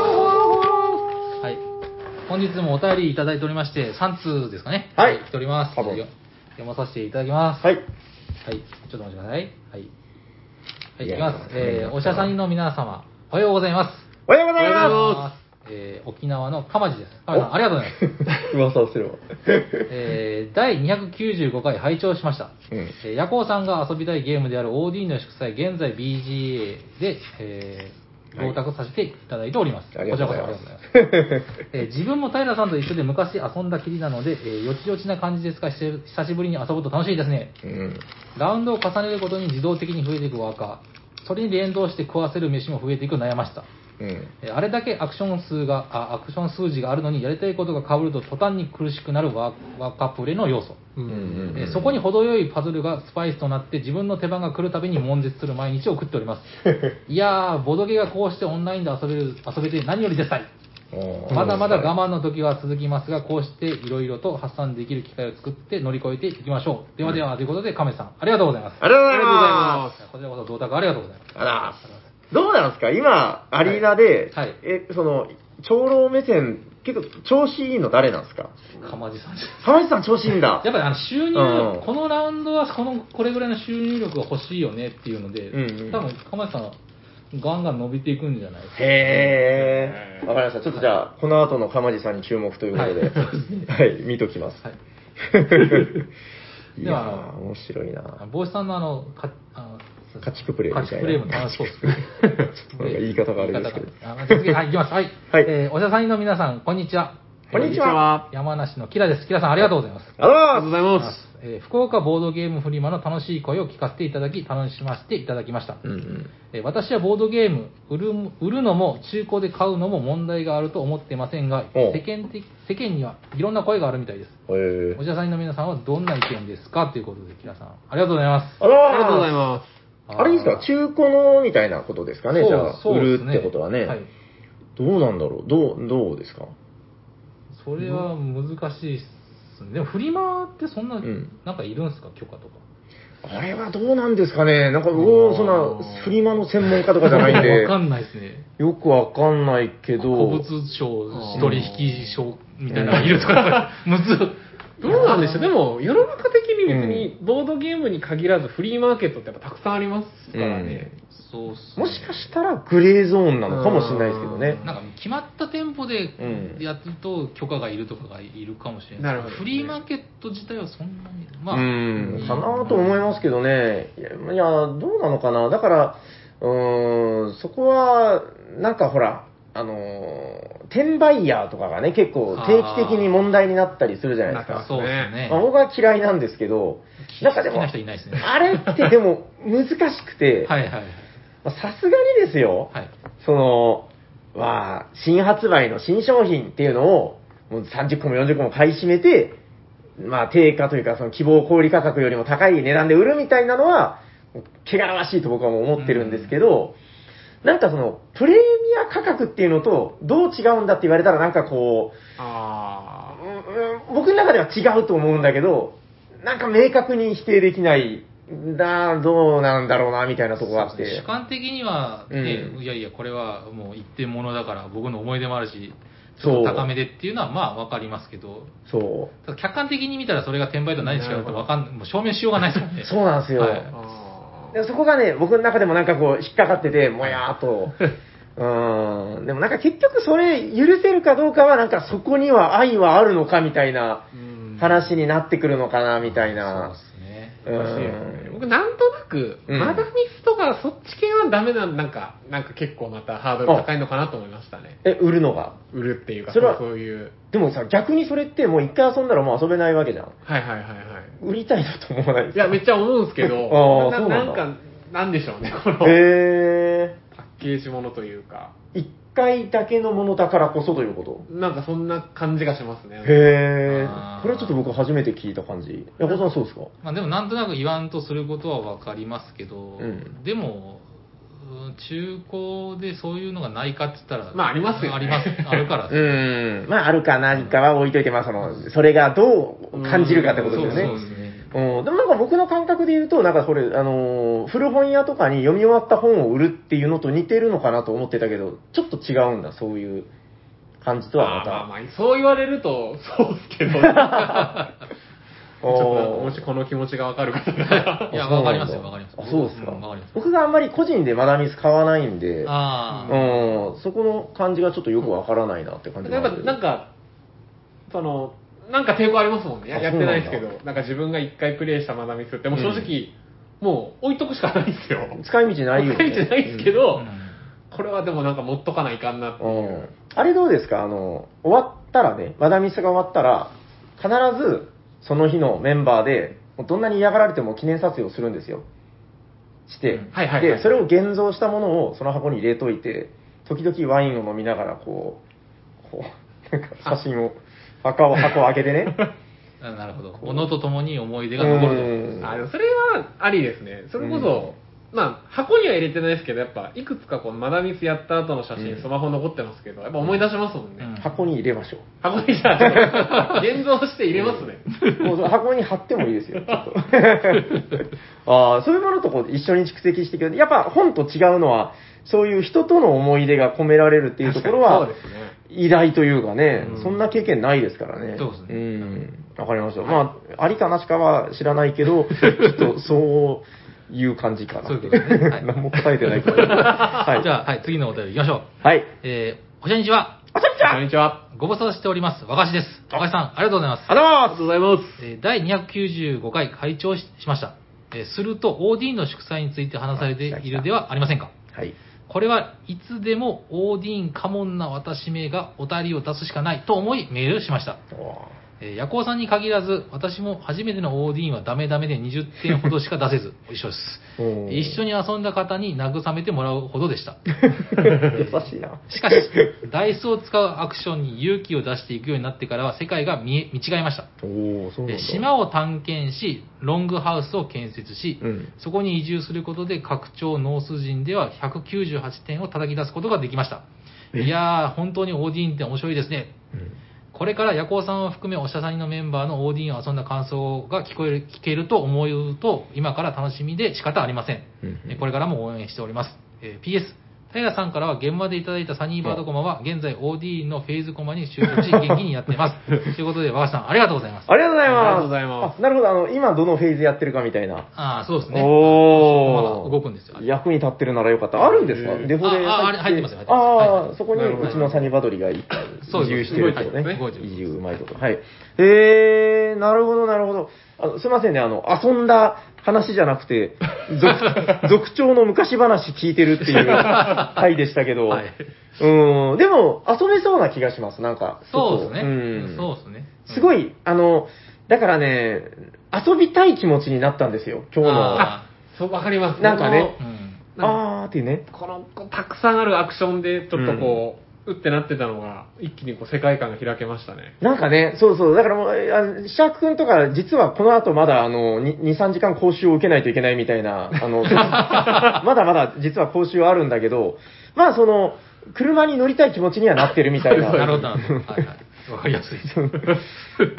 A: はい。本日もお便りいただいておりまして、3通ですかね。
B: はい
A: 来ております。
B: 多分
A: 読まさせていただきます。
B: はい。
A: はい。ちょっとお待ちください。はい。はい、
B: い
A: い
B: や
A: きます。
B: い
A: え
B: や
A: ー、おしゃさんの皆様、おはようございます。
B: おはようござい
A: おはようござい
B: ま。
A: ます。えー、沖縄のかまじです。かまじさん、ありがとうございますす。
B: [laughs] 噂をす
A: [laughs]
B: れば。
A: えー、第295回拝聴しました。
B: うん
A: えー夜行さんが遊びたいゲームである OD の祝祭、現在 BGA で、えー
B: はい
A: 合格させていただいております。
B: ありがとうございます
A: こちらこそありがとうございます。えー自分も平さんと一緒で昔遊んだきりなので、えーよちよちな感じですが、久しぶりに遊ぶと楽しいですね。
B: うん。
A: ラウンドを重ねることに自動的に増えていくワーカー、それに連動して食わせる飯も増えていく悩ました。
B: うん。
A: えーあれだけアクション数が、あアクション数字があるのに、やりたいことが被ると途端に苦しくなるワーワーカープレの要素。
E: う
B: うん
E: ん。
A: えーそこに程よいパズルがスパイスとなって自分の手番が来るたびに悶絶する毎日を送っております
B: [laughs]
A: いやーボドゲがこうしてオンラインで遊べる遊べて何よりですたい
B: おー
A: まだまだ我慢の時は続きますがこうしていろいろと発散できる機会を作って乗り越えていきましょうではでは、ということで亀さんありがとうございます
B: ありがとうござい
E: あ
B: ま
A: こちらこそ同卓ありがとうございます
B: す。あら、どうなんですか今、アリーナで、
A: はいはい
B: え、その、長老目線、結構調子いいの誰なんですか
A: 釜地さんじゃ
B: 沢井さん調子いいん
A: やっ
B: だ。
A: ぱりあの収入、
B: うん
A: このラウンドはこのこれぐらいの収入力が欲しいよねっていうので、
B: うんうん
A: 多分釜地さんはガンガン伸びていくんじゃないですか
B: へえ。わかりました。ちょっとじゃあ、この後の釜地さんに注目ということで、はい、見ときます。
A: はい
B: [laughs] い
A: で
B: や
A: は
B: ー、面白いな。
A: 帽子さんのあの、かあの
B: 家畜プレイみたいな
A: 家畜プレイも楽しそうですね
B: ちょっとなんか言い方があれですけど
A: 言い方があじゃあ次、はい、行きます。はい。
B: はい
A: えーおしゃさんの皆さん、こんにちは。
B: こんにちは。
A: 山梨のキラです。キラさん、ありがとうございます。
E: ありが
B: あ
E: とう
B: り
E: ご
B: がとうござい
E: ざ
A: あ
E: います。
A: えー福岡ボードゲームフリマの楽しい声を聞かせていただき、楽しませていただきました。
B: ます。うんうん。
A: えー私はボードゲーム売る売るのも中古で買うのも問題があると思っていませんが
B: おう
A: 世間的世間にはいろんな声があるみたいです
B: えー
A: おじゃさんの皆さんはどんな意見ですかということでキラさんありがとうございます
B: あら
E: ありがとうござい
B: す。
E: ま
B: あれですか中古のみたいなことですかねじゃあ、
A: そう
B: 売
A: そうです
B: るってことはね。
A: はい、
B: どうなんだろうどう、どうですか
A: それは難しいっすねでもフリマってそんな、
B: うん
A: なんかいるんですか許可とか
B: あれはどうなんですかねなんか、おおそんな、フリマの専門家とかじゃないんで
A: わ、かんないですね
B: よくわかんないけど、
A: 古物商取引商みたいなのがいるとか [laughs] むず
E: す。どうなんでしょうでも、世の中的に別に、ボードゲームに限らず、フリーマーケットってやっぱたくさんありますからね。
A: そうっすね
B: もしかしたらグレーゾーンなのかもしれないですけどね。
A: なんか決まった店舗で
B: うん
A: やると許可がいるとかがいるかもしれない
E: なるほど
A: フリーマーケット自体はそんなにまあ
B: うん、かなと思いますけどね。いや、いやどうなのかな。だから、うーん、そこは、なんかほら、あのー転売ヤーとかがね、結構定期的に問題になったりするじゃないです
E: あー
B: か。
A: そうですね
B: まあ、僕は嫌いなんですけど、なんかで
A: 好き
B: も
A: な、人いないですね
B: あれってでも難しくて、
A: はいはいはい
B: まあさすがにですよ、
A: はい。
B: その、まあ、新発売の新商品っていうのを、もう30個も40個も買い占めて、まあ、定価というか、その希望小売価格よりも高い値段で売るみたいなのは、もう汚らわしいと僕はもう思ってるんですけど、なんかその、プレミア価格っていうのと、どう違うんだって言われたら、なんかこう、
E: あ
B: うんうん僕の中では違うと思うんだけど、なんか明確に否定できない、だ、どうなんだろうな、みたいなとこがあっ
A: そうですね
B: て
A: 主。観的には、ね
B: うん
A: いやいや、これはもう一点ものだから、僕の思い出もあるし、ち
B: そ
A: ょ
B: う
A: っと高めでっていうのは、まあわかりますけど、
B: そう。
A: ただ客観的に見たらそれが転売と何違うかわかんもう証明しようがないですもんね。
B: そうなんですよ。
A: はい
E: あ
B: でそこがね、僕の中でもなんかこう、引っかかってて、もやーっと。うーん。でもなんか結局それ許せるかどうかは、なんかそこには愛はあるのかみたいな
E: うん
B: 話になってくるのかな、みたいな。
A: そうですね。
B: うーん。
E: 僕なんとなく、
B: うん
E: マダミスとかそっち系はダメなんなんかなんか結構またハードル高いのかなと思いましたね
B: え、売るのが。
E: 売るっていうか
B: それは
E: そういう
B: でもさ、逆にそれってもう一回遊んだらもう遊べないわけじゃん。
E: はいはいはいはい
B: 売りたいなと思わないです
E: い
B: か
E: やめっちゃ思うんですけ
B: あ
E: ど
B: ー
E: な
B: そうな
E: なんん
B: だ
E: かなんでしょうねこの
B: へ
E: パッケージものというか
B: え。一回だけのものだからこそということ
E: なんかそんな感じがしますね
B: へえ
A: あ。ー
B: これはちょっと僕初めて聞いた感じ。ヤコさんそうですか
A: まあでもなんとなく言わんとすることはわかりますけど、
B: うん
A: でも、うん中古でそういうのがないかって言ったら、
E: まあありますよね
A: あります、あるから。
B: うーん。まあ、あるか何かは置いといて、まあ、その、それがどう感じるかってことですよ
A: そうそ。
B: ね
A: うですね。
B: うん、でもなんか僕の感覚で言うと、なんかそれ、あのー古本屋とかに読み終わった本を売るっていうのと似てるのかなと思ってたけど、ちょっと違うんだ、そういう感じとは
E: ま
B: ま
E: あ
B: た。
E: まあまあそう言われるとそうですけ
B: [laughs]
E: どちょっと
B: お
E: も
B: ー
E: しこの気持ちがわかる方が
A: いや
B: あそ
A: わ
B: うなんだ
A: かりますよわかります
B: あ、そうですか。
A: うんわかります
B: 僕があんまり個人でマダミス買わないんで、
A: ああ、
B: うん、そこの感じがちょっとよくわからないなって感じ
E: やっぱなんか、その、なんか抵抗ありますもんね。や
B: あ
E: やってないですけど
B: そう、
E: なんか自分が一回プレイしたマダミスって、もう正直、もう置いとくしかないんですよ。
B: 使い道ないよ、ね。
E: 使い道ないですけど、
A: うん
E: これはでもなんか持っとかないかんなっていう。
B: うんあれどうですかあの、終わったらね、マダミスが終わったら、必ずその日のメンバーで、もうどんなに嫌がられても記念撮影をするんですよ。して、
A: うん
E: はいはいはい
B: で、それを現像したものをその箱に入れといて、時々ワインを飲みながら、こう、こう、なんか写真を、箱を、箱を開けて
E: [laughs]
B: ね。
A: あなるほど。物と共に思い出が残る
B: うん
E: あでもそれはありですね。それこそ、まあ、箱には入れてないですけど、やっぱ、いくつかこう、マダミスやった後の写真、
B: うん
E: スマホ残ってますけど、やっぱ思い出しますもんね。
A: うん
B: 箱に入れましょう。
E: 箱にじゃあ、現像して入れますね。
B: もう箱に貼ってもいいです
A: [laughs]
B: よ、ちょっと。ああ、そういうものとこう一緒に蓄積していく。やっぱ本と違うのは、そういう人との思い出が込められるっていうところは
E: そう、ですね。
B: 偉大というかね、
E: うん
B: そんな経験ないですからね。
A: そうですね
B: ん。わかりました。まあ、ありかなしかは知らないけ
A: [laughs]
B: ど、ちょっとそういう感じかな。
A: そういうことですねはい
B: 何も答えてない
A: [laughs]
B: けど。はい。
A: じゃあ、はい、次のお便り行きましょう。
B: はい。
A: えー、おしゃにちは。
E: こんにちは。
A: ご無沙汰しております。和菓子です。和菓子さん、ありがとうございます。
B: ありが
E: ありがとうございます。
A: えー第295回会長ししました。えーすると OD の祝祭について話されているではありませんか。
B: はい。
A: これはいつでも OD カモンな私めがお便りを出すしかないと思いメールしました。えー夜行さんに限らず、私も初めての OD はダメダメで20点ほどしか出せ
B: [laughs]
A: ず、一緒です。
B: おー
A: 一緒に遊んだ方に慰めてもらうほどでした。
B: [laughs] 優しいな。
A: しかし、ダイスを使うアクションに勇気を出していくようになってからは世界が見え見違いました。
B: おおそうなん
A: え
B: だ。
A: 島を探検し、ロングハウスを建設し、
B: うん
A: そこに移住することで拡張ノース人では198点を叩き出すことができました。いやー、本当にオーディーンって面白いですね。
B: うん
A: これから夜行さんを含めおしゃさんのメンバーのオーディーンを遊んだ感想が聞こえる、聞けると思うと、今から楽しみで仕方ありません。
B: うんうん
A: えこれからも応援しております。えー PS、平さんからは現場でいただいたサニーバードコマは、現在 OD のフェーズコマに集中し、元気にやっています。 [laughs] ということで、和賀さん、ありがとうございます。
B: ありがとうございます。
E: ありがとうございま
B: あなるほど、あの、今どのフェーズやってるかみたいな。
A: ああ、そうですね。
B: お
A: そこまだ動くんですよあれ
B: 役に立ってるならよかった。あるんですか
E: へー
B: デフォで
A: あああれ入ってますよ入ってますはい
B: あ
A: は
B: あ、そこに
E: なるほど
B: うちのサニバドリが移
A: そうです
B: 住してるってことね
A: 動いて。る
B: 移住うまいこと。はい。へえ、なるほど、なるほど。あのすいませんね、あの、遊んだ話じゃなくて、
A: [laughs]
B: 族族長の昔話聞いてるっ
A: [laughs]
B: ていう回でしたけど、
A: はい
B: うん、でも、遊べそうな気がします、なんか。
A: そうですね。
B: うん
A: そうですね。
B: すご
A: い、
B: い、あの、だからね、遊びたい気持ちになったんですよ、今日の。
A: あ
E: そう、わかります。
B: なんかね
E: その
A: うん
E: なんか
B: あーってね。
E: このこうたくさんあるアクションで、ちょっとこう、うってなってたのが、一気にこう世界観が開けました [laughs] ね。
B: なんかね、そうそう、だからもう、あのシャーク君とか、実はこの後まだ、あの、に2、3時間講習を受けないといけないみたいな、あ
A: [laughs]
B: の、まだまだ実は講習はあるんだけど、まあその、車に乗りたい気持ちにはなってるみたいな。
A: [laughs] なるほど、なるほど。はいはい。 [laughs] わかりやすいです。
B: う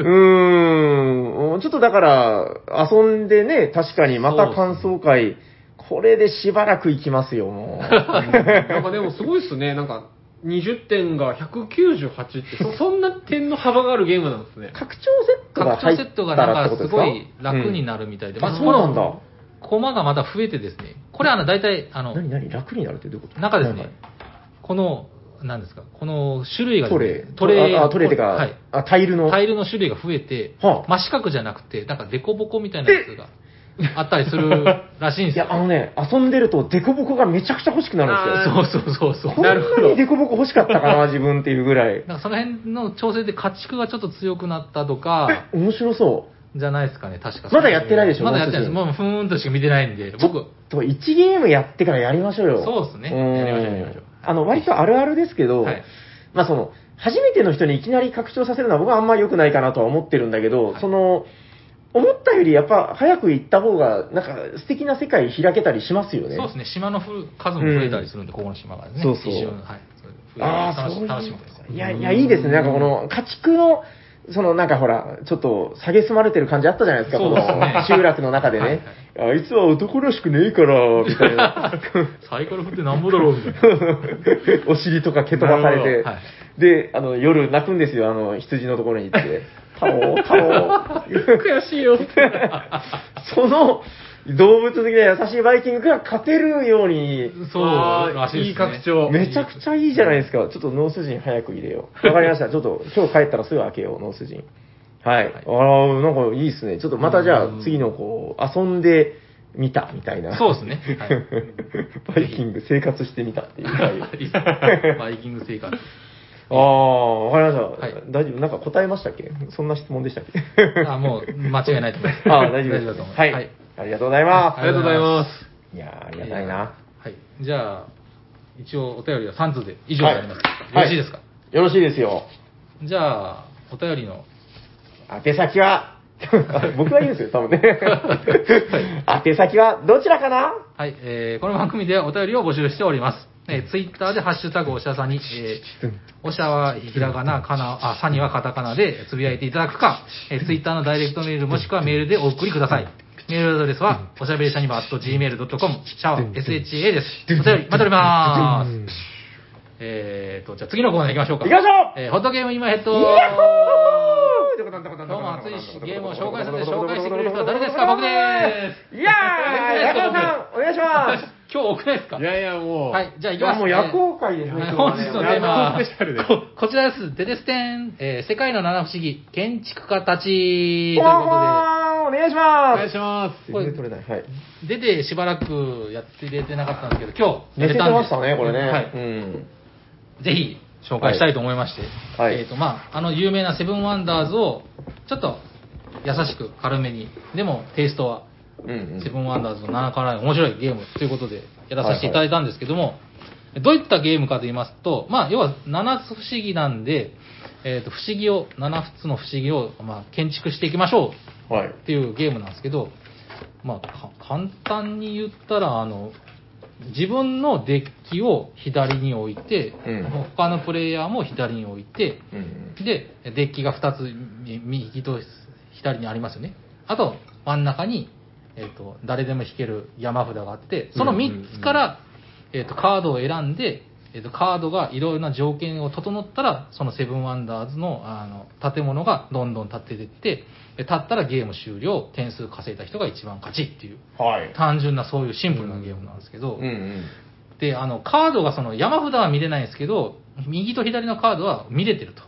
B: ーん、ちょっとだから、遊んでね、確かにまた感想会、これでしばらく行きますよ、もう。
E: なんかでもすごいっすね、なんか、20点が198って、そそんな点の幅があるゲームなんですね。
B: 拡張セットが
A: 拡
B: 入
A: 張
B: っ
A: セッ
B: た
A: トがな
B: らっ
A: ん
B: てこ
A: か
B: と
A: す
B: ですか
A: ごい楽になるみたいで、
B: うんあ、そうなんだ。。
A: 駒がまた増えてですね、これあの、大体、あの、
B: 何何楽になるってどういうこと
A: 中です
B: はい
A: ね
B: はい、
A: この、何ですか、この種類がで
B: ト
A: す
B: レ
A: ね
B: イ。
A: トレイ
B: あ、あトレイってか、
A: はい。
B: あ、タイルの。
A: タイルの種類が増えて、
B: はあ
A: 真四角じゃなくて、なんか凸凹みたいなやつがあったりするらしいんで
B: [laughs] い
A: すよ
B: や、。あのね、遊んでると、デコボコがめちゃくちゃ欲しくなるんですよ。
A: そうそうそうそう。
B: こんなにデコボコ欲しかったかな、自分っていうぐらい。
A: なんかその辺の調整で家畜がちょっと強くなったとか、
B: 面白そ
A: じゃないですかね、確か。
B: まだやってないでしょ
A: まだやってないです。
B: も
A: もうふーんとしか見てないんで、
B: う。ち
A: 僕
B: ょっ、と、1ゲームやってからやりましょうよ。
A: そうですね
B: ん
A: やりましょうやりましょう
B: あの、割とあるあるですけど、
A: はい
B: まあその、初めての人にいきなり拡張させるのは僕はあんま良くないかなとは思ってるんだけ
A: は
B: ど、
A: い
B: その、思ったよりやっぱ早く行った方が、なんか素敵な世界開けたりしますよね。
A: そうですね、島のふ数も増えたりするんで、ここの島がね。
B: そうそう
A: 一瞬はい。それ
B: ああ、
A: 楽
B: そう
A: し
B: いう
A: 楽しみですね。
B: いや、いや、いいですね。なんかこの、家畜の、そのなんかほら、ちょっと、下げすまれてる感じあったじゃないですか、
A: そうですね
B: この集落の中でね。あいつは男らしくねえから、みた
A: [laughs]
B: いな。
A: サイコロ振ってなんぼだろうみたいな。
B: [laughs] お尻とか蹴飛ばされて、
A: なる
B: で、あの、夜泣くんですよ、あの、羊のところに行
E: [laughs]
B: って。タオー、タオー。
E: 悔しいよって。
B: [laughs] その、動物的な優しいバイキングが勝てるように、
A: そう
E: あー
A: らしいですね。
E: いい拡張。
B: めちゃくちゃいいじゃないですか。ちょっとノース人早く入れよう。わかりました。ちょっと今日帰ったらすぐ開けよう、ノース人。はい。
A: はい
B: ああ、なんかいいですね。ちょっとまたじゃ
A: う
B: あ
A: ん
B: 次のこう、遊んでみたみたいな。
A: そう
B: う。
A: ですね。はい。
B: [laughs] バイキング生活してみたっていう回。
A: いいっすねバイキング生活。
B: ああ、わかりました。
A: はい
B: 大丈夫。なんか答えましたっけそんな質問でしたっけ
A: あもう間違いないと思います。
B: [laughs] ああ、大丈夫です。
A: だと思います。
B: はい、ありがとうございま
E: ありがとうございます。
B: す。いやーありがたいな。
A: はい。じゃあ、一応お便りは3通で以上になります。よろしいですか、
B: はいよろしいですよ。
A: じゃあ、お便りの、
B: 宛先は、 [laughs] 僕が言うんですよ、多分ね。宛先はどちらかな
A: はい、えーこの番組ではお便りを募集しております。えー、ツイッターでハッシュタグおしゃさに、えーおしゃはひらがな、かな、あ、さにはカタカナでつぶやいていただくか、えー、ツイッターのダイレクトメールもしくはメールでお送りください。メールアドレスは、おしゃべりシャニバット gmail.com、シャワ sha です。お便り、待っております。えーと、じゃあ次のコーナー行きましょうか。
B: 行きましょう
A: えーホットゲーム今ヘッド
B: イヤッホー
A: どうも熱いしゲームを紹介させて紹介してくれる人は誰ですか僕で
B: いやー、ヤコウさん、お願いします
A: 今日多くないですか
E: いやいや、もう、
A: はい、じゃあ行
B: す。
A: きます、
B: もう夜行会ですね。
A: はい
B: 今
A: 本
B: 日
A: 日
B: は
A: の
B: ね
A: テーマは
E: 夜行スペシャルで
A: ここちらです。デデステン、えー世界の七不思議、建築家たちという
B: ほわほ
A: こ
B: わお願いし
E: お
B: ま。
E: 願いしますす。
A: これ
B: 全然取れない。はい。
A: とで、出てしばらくやって出てなかったんですけど、今
B: 寝
A: 日
B: て
A: んで
B: ましたね、これね。
A: は
B: う
A: い。
B: ん。
A: ぜひ、紹介したいと思いまして、
B: はいはい
A: えっ、と、まあ、あの有名なセブンワンダーズを、ちょっと優しく軽めに、でもテイストは
B: うんうん
A: セブンワンダーズの7から面白いゲームということでやらさせていただいたんですけども、どういったゲームかと言いますと、まあ、要は7つ不思議なんで、えー、と不思議を、7つの不思議を、まあ、建築していきましょ
B: はい。
A: うっていうゲームなんですけど、まあ、か簡単に言ったら、あの、自分のデッキを左に置いて、
B: うん
A: 他のプレイヤーも左に置いて、
B: うんうん
A: で、デッキが2つ、み右と左にありますよね。あと、真ん中に、えっ、と、誰でも引ける山札があって、その3つから、えっ、と、カードを選んで、えっ、と、カードがいろいろな条件を整ったら、そのセブンワンダーズの、あの、建物がどんどん建ててって、で建ったらゲーム終了、点数稼いだ人が一番勝ちっていう、
B: はい。
A: 単純なそういうシンプルなゲームなんですけど、
B: うんうん。
A: で、あの、カードがその山札は見れないんですけど、右と左のカードは見れてると。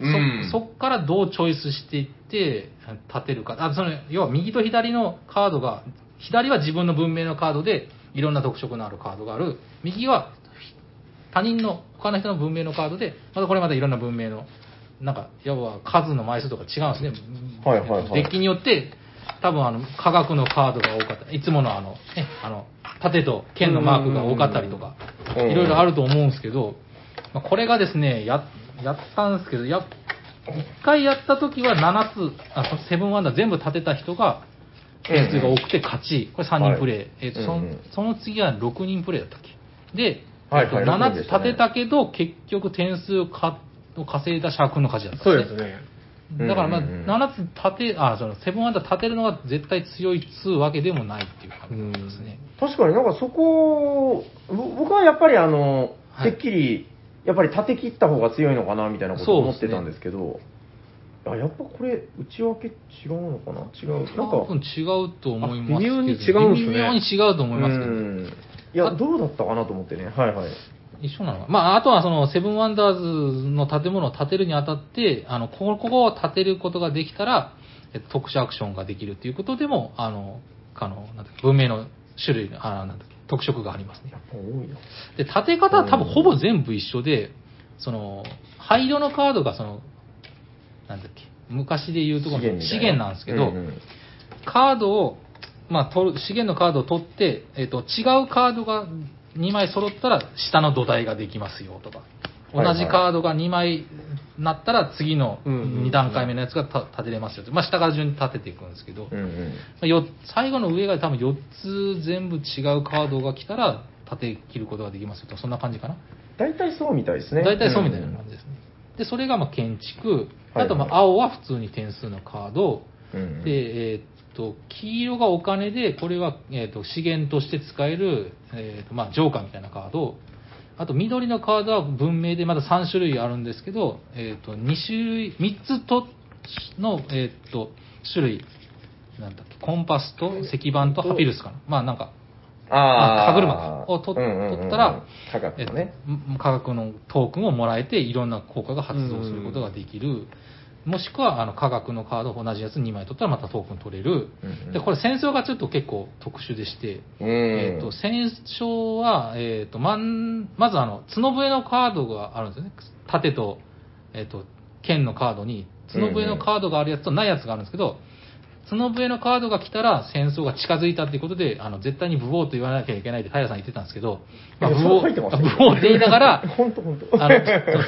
A: そ
B: うん
A: そっからどうチョイスしていって立てるか。あ、その、要は右と左のカードが、左は自分の文明のカードで、いろんな特色のあるカードがある。右は他人の、他の人の文明のカードで、またこれまたいろんな文明の、なんか、要は数の枚数とか違うんですね。
B: はいはいはい
A: デッキによって、多分あの、科学のカードが多かった。いつものあの、ね、あの、盾と剣のマークが多かったりとか、
B: うんうんうん
A: いろいろあると思うんですけど、まあこれがですね、や、やったんですけど、や、一回やった時は7つ、あ、セブンワンダー全部立てた人が、点数が多くて勝ち。これ3人プレイ。えっと、そ
B: うんう
A: の
B: ん
A: その次は6人プレイだったっけで、
B: は
A: え
B: い
A: っと
B: はい
A: 7
B: 六人
A: つ
B: でした
A: 立
B: ね
A: てたけど、結局点数をかを稼いだシャークンの勝ちだった
E: そ
A: ん
E: う
A: で
E: ですす
A: ね。
E: ね。
A: だからまあ、
B: うんうんうん
A: 7つ立て、あ、その、セブンアンダー立てるのが絶対強いっつうわけでもないっていう感じですね。
B: 確かになんかそこ、ぼ僕はやっぱりあの、
A: はい
B: てっきり、やっぱり立て切った方が強いのかなみたいなことを
A: そう
B: 思
A: で
B: っ
A: すね
B: てたんですけど、あやっぱこれ、内訳違うのかな違う。なん
A: 多分
B: か、
A: 違うと思いますけど。
E: あ微妙に違うんですね
A: 微妙に違うと思いますけ
B: う
A: ど。
B: んいや、どうだったかなと思ってね。はいはい。
A: 一緒なのかまあ、あとはその、セブンワンダーズの建物を建てるにあたって、あの、ここここを建てることができたら、えっと特殊アクションができるっていうことでも、あの、あの、なんだっけ、文明の種類の、あなんだっけ、特色がありますね。
B: やっぱ多いな。
A: で、立て方は多分ほぼ全部一緒で、その、灰色のカードがその、なんだっけ、昔で言うところの資源なんですけど、
B: うんうん
A: カードを、まあ、取る、資源のカードを取って、えっ、と、違うカードが2枚揃ったら下の土台ができますよとか、同
B: はいはい
A: じカードが2枚なったら次の
E: うんうんうん
A: 2段階目のやつがた立てれますよと。まあ、下から順に立てていくんですけど、
B: うんうん
A: まあよ最後の上が多分4つ全部違うカードが来たら立て切ることができますよとそんな感じかな
B: 大体そうみたいですね。
A: 大体そうみたいな感じですね、でそれがまあ建築あとま
B: はい
A: あ
B: は
A: 青は普通に点数のカード、
B: うんうん
A: でえーっと黄色がお金でこれは、えーっと資源として使える、えーっとまあ、ジョーカーみたいなカードあと緑のカードは文明でまだ3種類あるんですけど、えーっと2種類3つとの、えーっと種類なんだっけコンパスと石板とハピルスかな、まあなんかまあ
B: ああ。
A: 歯車かを取っ
B: うんうんうん
A: 取ったら、
B: 価格のね。
A: え価格のトークンをもらえていろんな効果が発動することができる、もしくはあの価格のカードを同じやつ2枚取ったらまたトークン取れる、
B: うんうん
A: でこれ戦争がちょっと結構特殊でして、
B: うん。
A: えー、と戦争は、えー、とまんまずあの角笛のカードがあるんですよね盾と,、えー、と剣のカードに角笛のカードがあるやつとないやつがあるんですけど、角笛のカードが来たら戦争が近づいたっていうことであの絶対に武王と言わなきゃいけないって平さん言ってたんですけど、まあ、
B: いや
A: 武
B: そう
A: 王
B: 書いてました
A: あ
B: よ
A: 武王って言いながら
B: 本当本当。
A: あの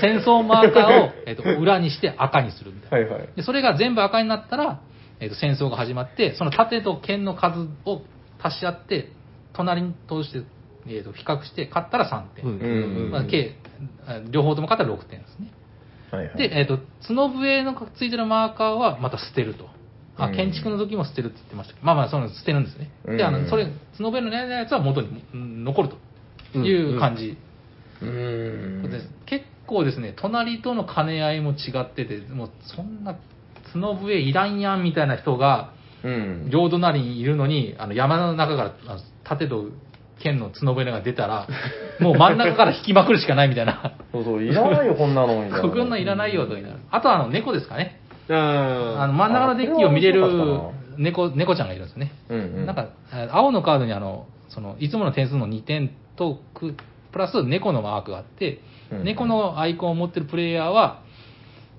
A: 戦争マーカーを、えー、と裏にして赤にするみたいな。
B: [laughs] はいはい。
A: でそれが全部赤になったら、えー、と戦争が始まってその盾と剣の数を足し合って隣に通して、えー、と比較して勝ったら3点、
E: うん
B: うん
A: まあ、計あ両方とも勝ったら6点ですね
B: はいはい、
A: で、えー、と角笛のついてるマーカーはまた捨てると。あ
B: うん
A: 建築の時も捨てるって言ってましたけど、まあまあ、その捨てるんですね。で、あ
B: う
A: の、
B: ん
A: それ、角笛の狙いのやつは元にうん残るという感じ
B: うーん。
A: で結構ですね、隣との兼ね合いも違ってて、もうそんな角笛いらんやんみたいな人が、
B: うん。
A: 両隣にいるのに、あの山の中からあの盾と剣の角笛のが出たら、もう真ん中から引きまくるしかないみたい
B: [laughs]
A: な、
B: そうそう、いらないよ、こんなの、みたいな。
A: こんなんいらないよとか言いながらあとはあの猫ですかね、あ
E: あ
A: の真ん中のデッキを見れ
B: あこれは面
A: る
B: 白かった
A: 猫猫ちゃんがいるんですね。
B: うんうん。
A: なんか、えー青のカードにあの、その、いつもの点数の2点と、くプラス猫のマークがあって、
B: うん
A: 猫のアイコンを持ってるプレイヤーは、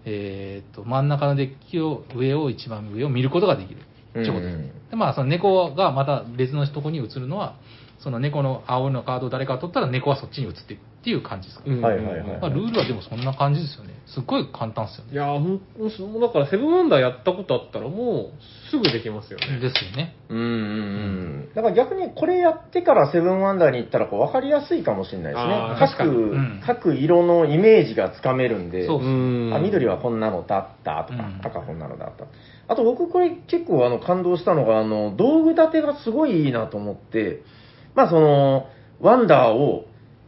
A: えーっと、真ん中のデッキを、上を、一番上を見ることができる。
B: うんうん
A: ちょこっとで、まあ、その猫がまた別のとこに移るのは、その猫の青のカードを誰かが取ったら猫はそっちに移っていくっていう感じですか、
E: うん
B: はいはいはい。
A: まあ、ルールはでもそんな感じですよね。すっごい簡単ですよ
E: いやーほんもしもうだから、セブンワンダーやったことあったら、もう、すぐできますよ
A: ね。
E: ね。
A: ですよね。
B: うんうんうん。だから逆にこれやってからセブンワンダーに行ったらこう分かりやすいかもしれないです
E: あ
B: ね
E: ー。
B: 各、
E: 確かに
A: うん
B: 各色のイメージがつかめるんで、
A: そう
E: うん
B: あ緑はこんなのだったとか、
A: うん
B: 赤こんなのだった。あと僕これ結構あの感動したのが、あの、道具立てがすごいいいなと思って、まあその、ワンダーを、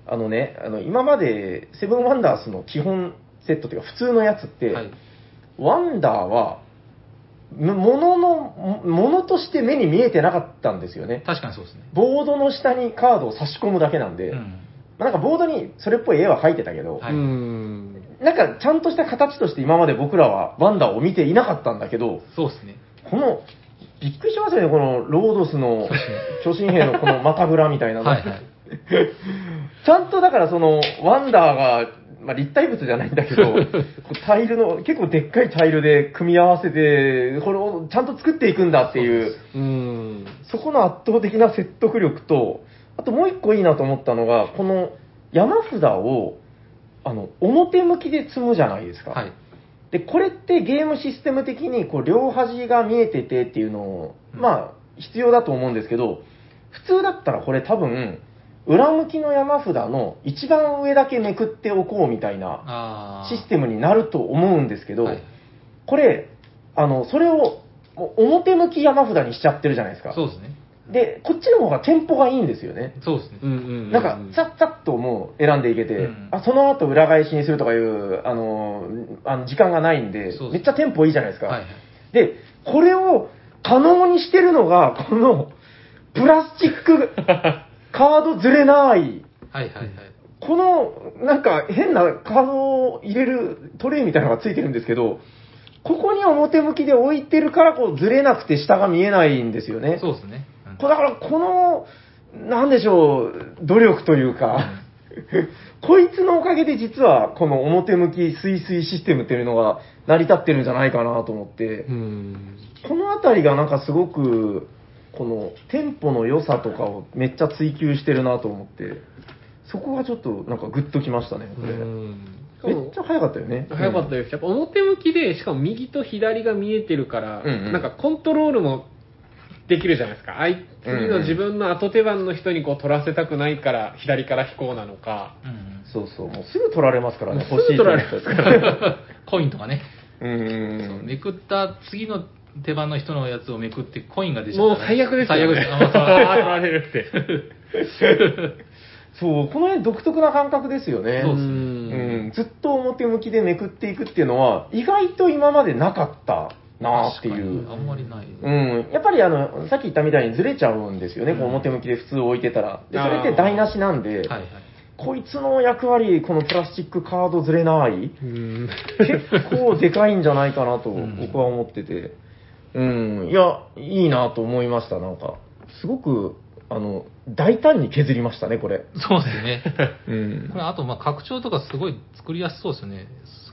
B: あのね、あの今までセブンワンダースの基本セットというか普通のやつって、
A: はい。
B: ワンダーは、むものの、もものとして目に見えてなかったんですよね。
A: 確かにそうですね。
B: ボードの下にカードを差し込むだけなんで、
A: うん。
B: まあなんかボードにそれっぽい絵は描いてたけど、
A: はい
E: うん。
B: なんかちゃんとした形として今まで僕らはワンダーを見ていなかったんだけど、
A: そうですね。
B: この、びっくりしますよね、このロードスの巨神兵のこの股ぐらみたいな
A: [laughs]
B: の。
A: はいはい。
B: ちゃんとだからその、ワンダーが、まあ、立体物じゃないんだけど、こうタイルの、結構でっかいタイルで組み合わせて、これをちゃんと作っていくんだっていう、
E: うん。
B: そこの圧倒的な説得力と、あともう一個いいなと思ったのが、この山札を、あの、表向きで積むじゃないですか。
C: はい。
B: で、これってゲームシステム的に、こう、両端が見えててっていうのを、
C: うん
B: まあ、必要だと思うんですけど、普通だったらこれ多分、裏向きの山札の一番上だけめくっておこうみたいな
C: あ
B: システムになると思うんですけど、
C: はい
B: これ、あの、それを、もう表向き山札にしちゃってるじゃないですか。
A: そうですね。
B: で、こっちの方がテンポがいいんですよね。
A: そうですね。
E: うんうん
B: なんか、さっさっともう選んでいけて、
A: うん
B: あその後裏返しにするとかいう、あのーあの時間がないんで
A: そうそう
B: めっちゃテンポいいじゃないですか。
A: はいはい。
B: で、これを可能にしてるのが、この、プラスチッ
A: [laughs]
B: クカードずれない、
A: はいはいはい。
B: この、なんか変なカードを入れるトレイみたいなのがついてるんですけど、ここに表向きで置いてるから、こう、ずれなくて下が見えないんですよね。
A: そうですね。うん
B: こだからこの、なんでしょう、努力というか、こいつのおかげで実はこの表向きスイスイシステムっていうのが成り立ってるんじゃないかなと思って、
E: うん。
B: このあたりがなんかすごく、このテンポの良さとかをめっちゃ追求してるなと思って、そこがちょっとなんかグッときましたね、これ。めっちゃ早かったよね。
E: 早かったです。やっぱ表向きで、しかも右と左が見えてるから、
B: うんうん
E: なんかコントロールもできるじゃないですか。あい次
B: うんう
E: の
B: ん
E: 自分の後手番の人にこう取らせたくないから、左から飛行なのか。
A: うんうん
B: そうそう、もうすぐ取られますからね、
E: もうすぐ取られます
B: 欲しいと思ったら。
A: コインとかね。
B: うんうん
A: そう
B: うん。
A: めくった次の手番の人のやつをめくってコインが出ちゃったら
E: もう最悪ですよ、
A: 最
E: ね。
A: 悪
E: [laughs]
A: です。あまあそ
E: あ
A: ら
E: ー取られるって。
B: そう、この辺独特な感覚ですよね。
A: そう
E: う
A: ですね
E: ん。
B: うんずっと表向きでめくっていくっていうのは、意外と今までなかったなってい
A: 確かにあん
B: う。
A: まりない。
B: うん、やっぱりあの、さっき言ったみたいにずれちゃうんですよね、こう表向きで普通置いてたら。で、それって台無しなんで、
A: はいはい。
B: こいつの役割、このプラスチックカードずれない、結構でかいんじゃないかなと
A: うん
B: 僕は思ってて、うん、いや、いいなと思いました、なんか。すごく、あの、大胆に削りましたね、これ。
A: そうですね。
B: うん
A: こ。れあとまあ拡張とかすごい作りやすそうですよね。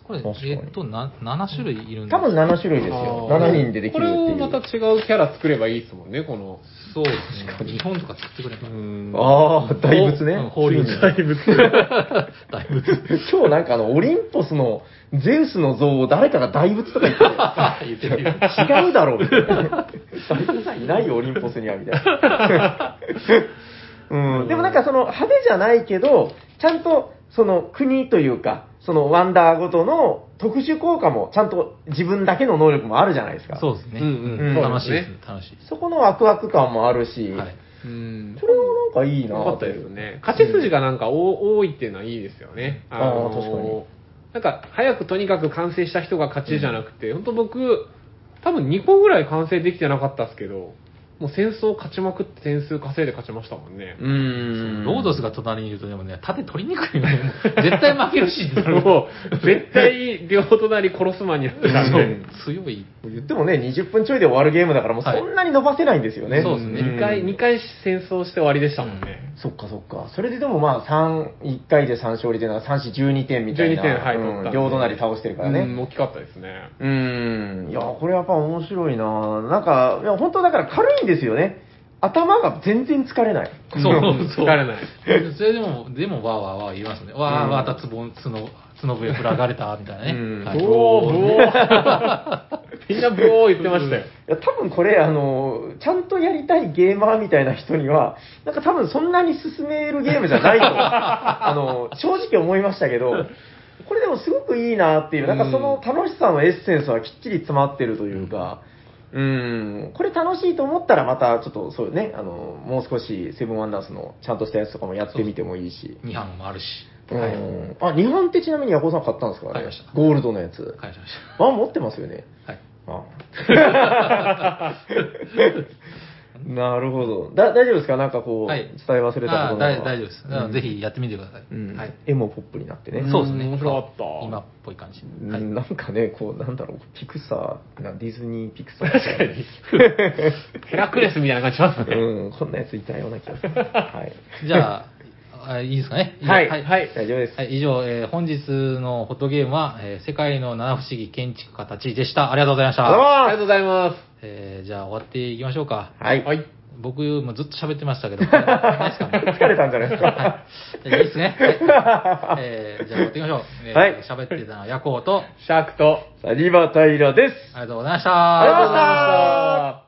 A: これ、
B: 確かに
A: えっと、な7種類いるんで
B: 多分7種類ですよ。7人でできるっていう。
E: これをまた違うキャラ作ればいいですもんね、この。
A: そうですね。日本とか作ってくれば。
B: ああ、大仏
A: うん
B: ね。
A: 法律
B: [laughs] ついに
A: 大仏。 [laughs] 大仏。
B: 今日なんかあの、オリンポスのゼウスの像を誰かが大仏とか言っ
A: [laughs]
B: て
A: 言ってるよ。
B: る。違うだろうみたいな。大仏さんいないよ、オリンポスには、みたいな。 [laughs] うん、でもなんかその派手じゃないけど、ちゃんとその国というか、そのワンダーごとの特殊効果も、ちゃんと自分だけの能力もあるじゃないですか。
A: そうですね。
E: うん
B: うんそう
A: 楽
B: で
A: し
E: す
A: い
E: ね
A: です。楽しいで
B: そこのワクワク感もある
A: す。
B: し、
A: はい。
E: うん。
B: それもなんかいい
E: 良
B: な
E: かったですね。勝ち筋がなんか多多いっていうのはいいですよね。
B: うん
E: の
B: あー確かに
E: なんか、早くとにかく完成した人が勝ちじゃなくて、本当僕、多分2個ぐらい完成できてなかったですけど、もう戦争勝ちまくって点数稼いで勝ちましたもんね。
B: うん。
A: ロードスが隣にいるとでもね、盾取りにくいよね。もう絶対負けるし。 [laughs]
E: もう、絶対両隣殺すマンになってたん
B: そ
E: で
B: う。
A: 強い。
B: 言ってもね、20分ちょいで終わるゲームだから、もう
A: はい
B: そんなに伸ばせないんですよね。
A: そうですね
B: ん
E: 2回、二回戦争して終わりでしたもんね。
B: そっかそっか。それででもまあ、3、1回で3勝利というのは3、4、12点みたいな。
E: 12点、はい、
B: うん
E: 取ったんで
B: 両隣倒してるから
E: うん、
B: ね。
E: 大きかったですね。
B: うん。いや、これやっぱ面白いななんか、いや、本当だから軽いんですよね。頭が全然疲れない。
A: そうそう。
E: [laughs] 疲れない。
A: それでも、でも、わーわーわー言いますね。わーわーたつぼ、つの、つの笛振らがれた、みたいなね。
B: うん
A: はい
E: ブオー、ブオー。みんなブオー言ってましたよ。
B: いや多分これ、あの、ちゃんとやりたいゲーマーみたいな人には、なんか多分そんなに進めるゲームじゃないと、
A: [laughs]
B: あの、正直思いましたけど、これでもすごくいいなっていう、なんかその楽しさのエッセンスはきっちり詰まってるというか、うん、これ楽しいと思ったらまたちょっとそうね、あの、もう少しセブンワンダースのちゃんとしたやつとかもやってみてもいいし。
A: 二班もあるし。
B: うん。あ、日本ってちなみにヤコウさん買ったんですか
A: 買いました
B: ゴールドのやつ。
A: 返しまし
B: あ、持ってますよね。
A: た。はい。
B: あ
A: [laughs]
B: なるほど。だ大丈夫ですかなんかこう、
A: はい
B: 伝え忘れた
A: あ
B: こ
A: ー
B: とな
A: 大
B: い
A: 大丈夫です。だからぜひやってみてください。
B: うん
A: はい。
B: 絵もポップになってね。
A: そうですね。
E: 面白かった
A: 今っぽい感じ。
B: うん
A: はい。
B: なんかね、こう、なんだろう、ピクサー、なディズニーピクサー。
E: 確かに。ヘラクレスみたいな感じしますね。
B: うん、こんなやついたような気
A: [laughs]
B: がする。はい。
A: じゃあ、あいいですかね。
B: はい
A: はい。
E: はい。
B: 大丈夫です。
A: はい以上、えー本日のフォトゲームは、えー世界の七不思議建築家たちでした。ありがとうございました。
B: ありがとうござい
E: ありがとうございま
A: えーじゃあ終わっていきましょうか。
B: ます。はい
E: す。。はい。
A: 僕、まあずっと喋ってましたけど、 [laughs] ないですかね。
B: [laughs] 疲れたんじゃないですか。
A: はい。じゃあいいですね。 [laughs] はい。えー、じゃあ、やっていきましょう。えー
B: はい
A: 喋ってたのは、ヤコウと、
E: シャークと、
B: サニバタイラです。
A: ありがとうございました。
B: ありがとうございました。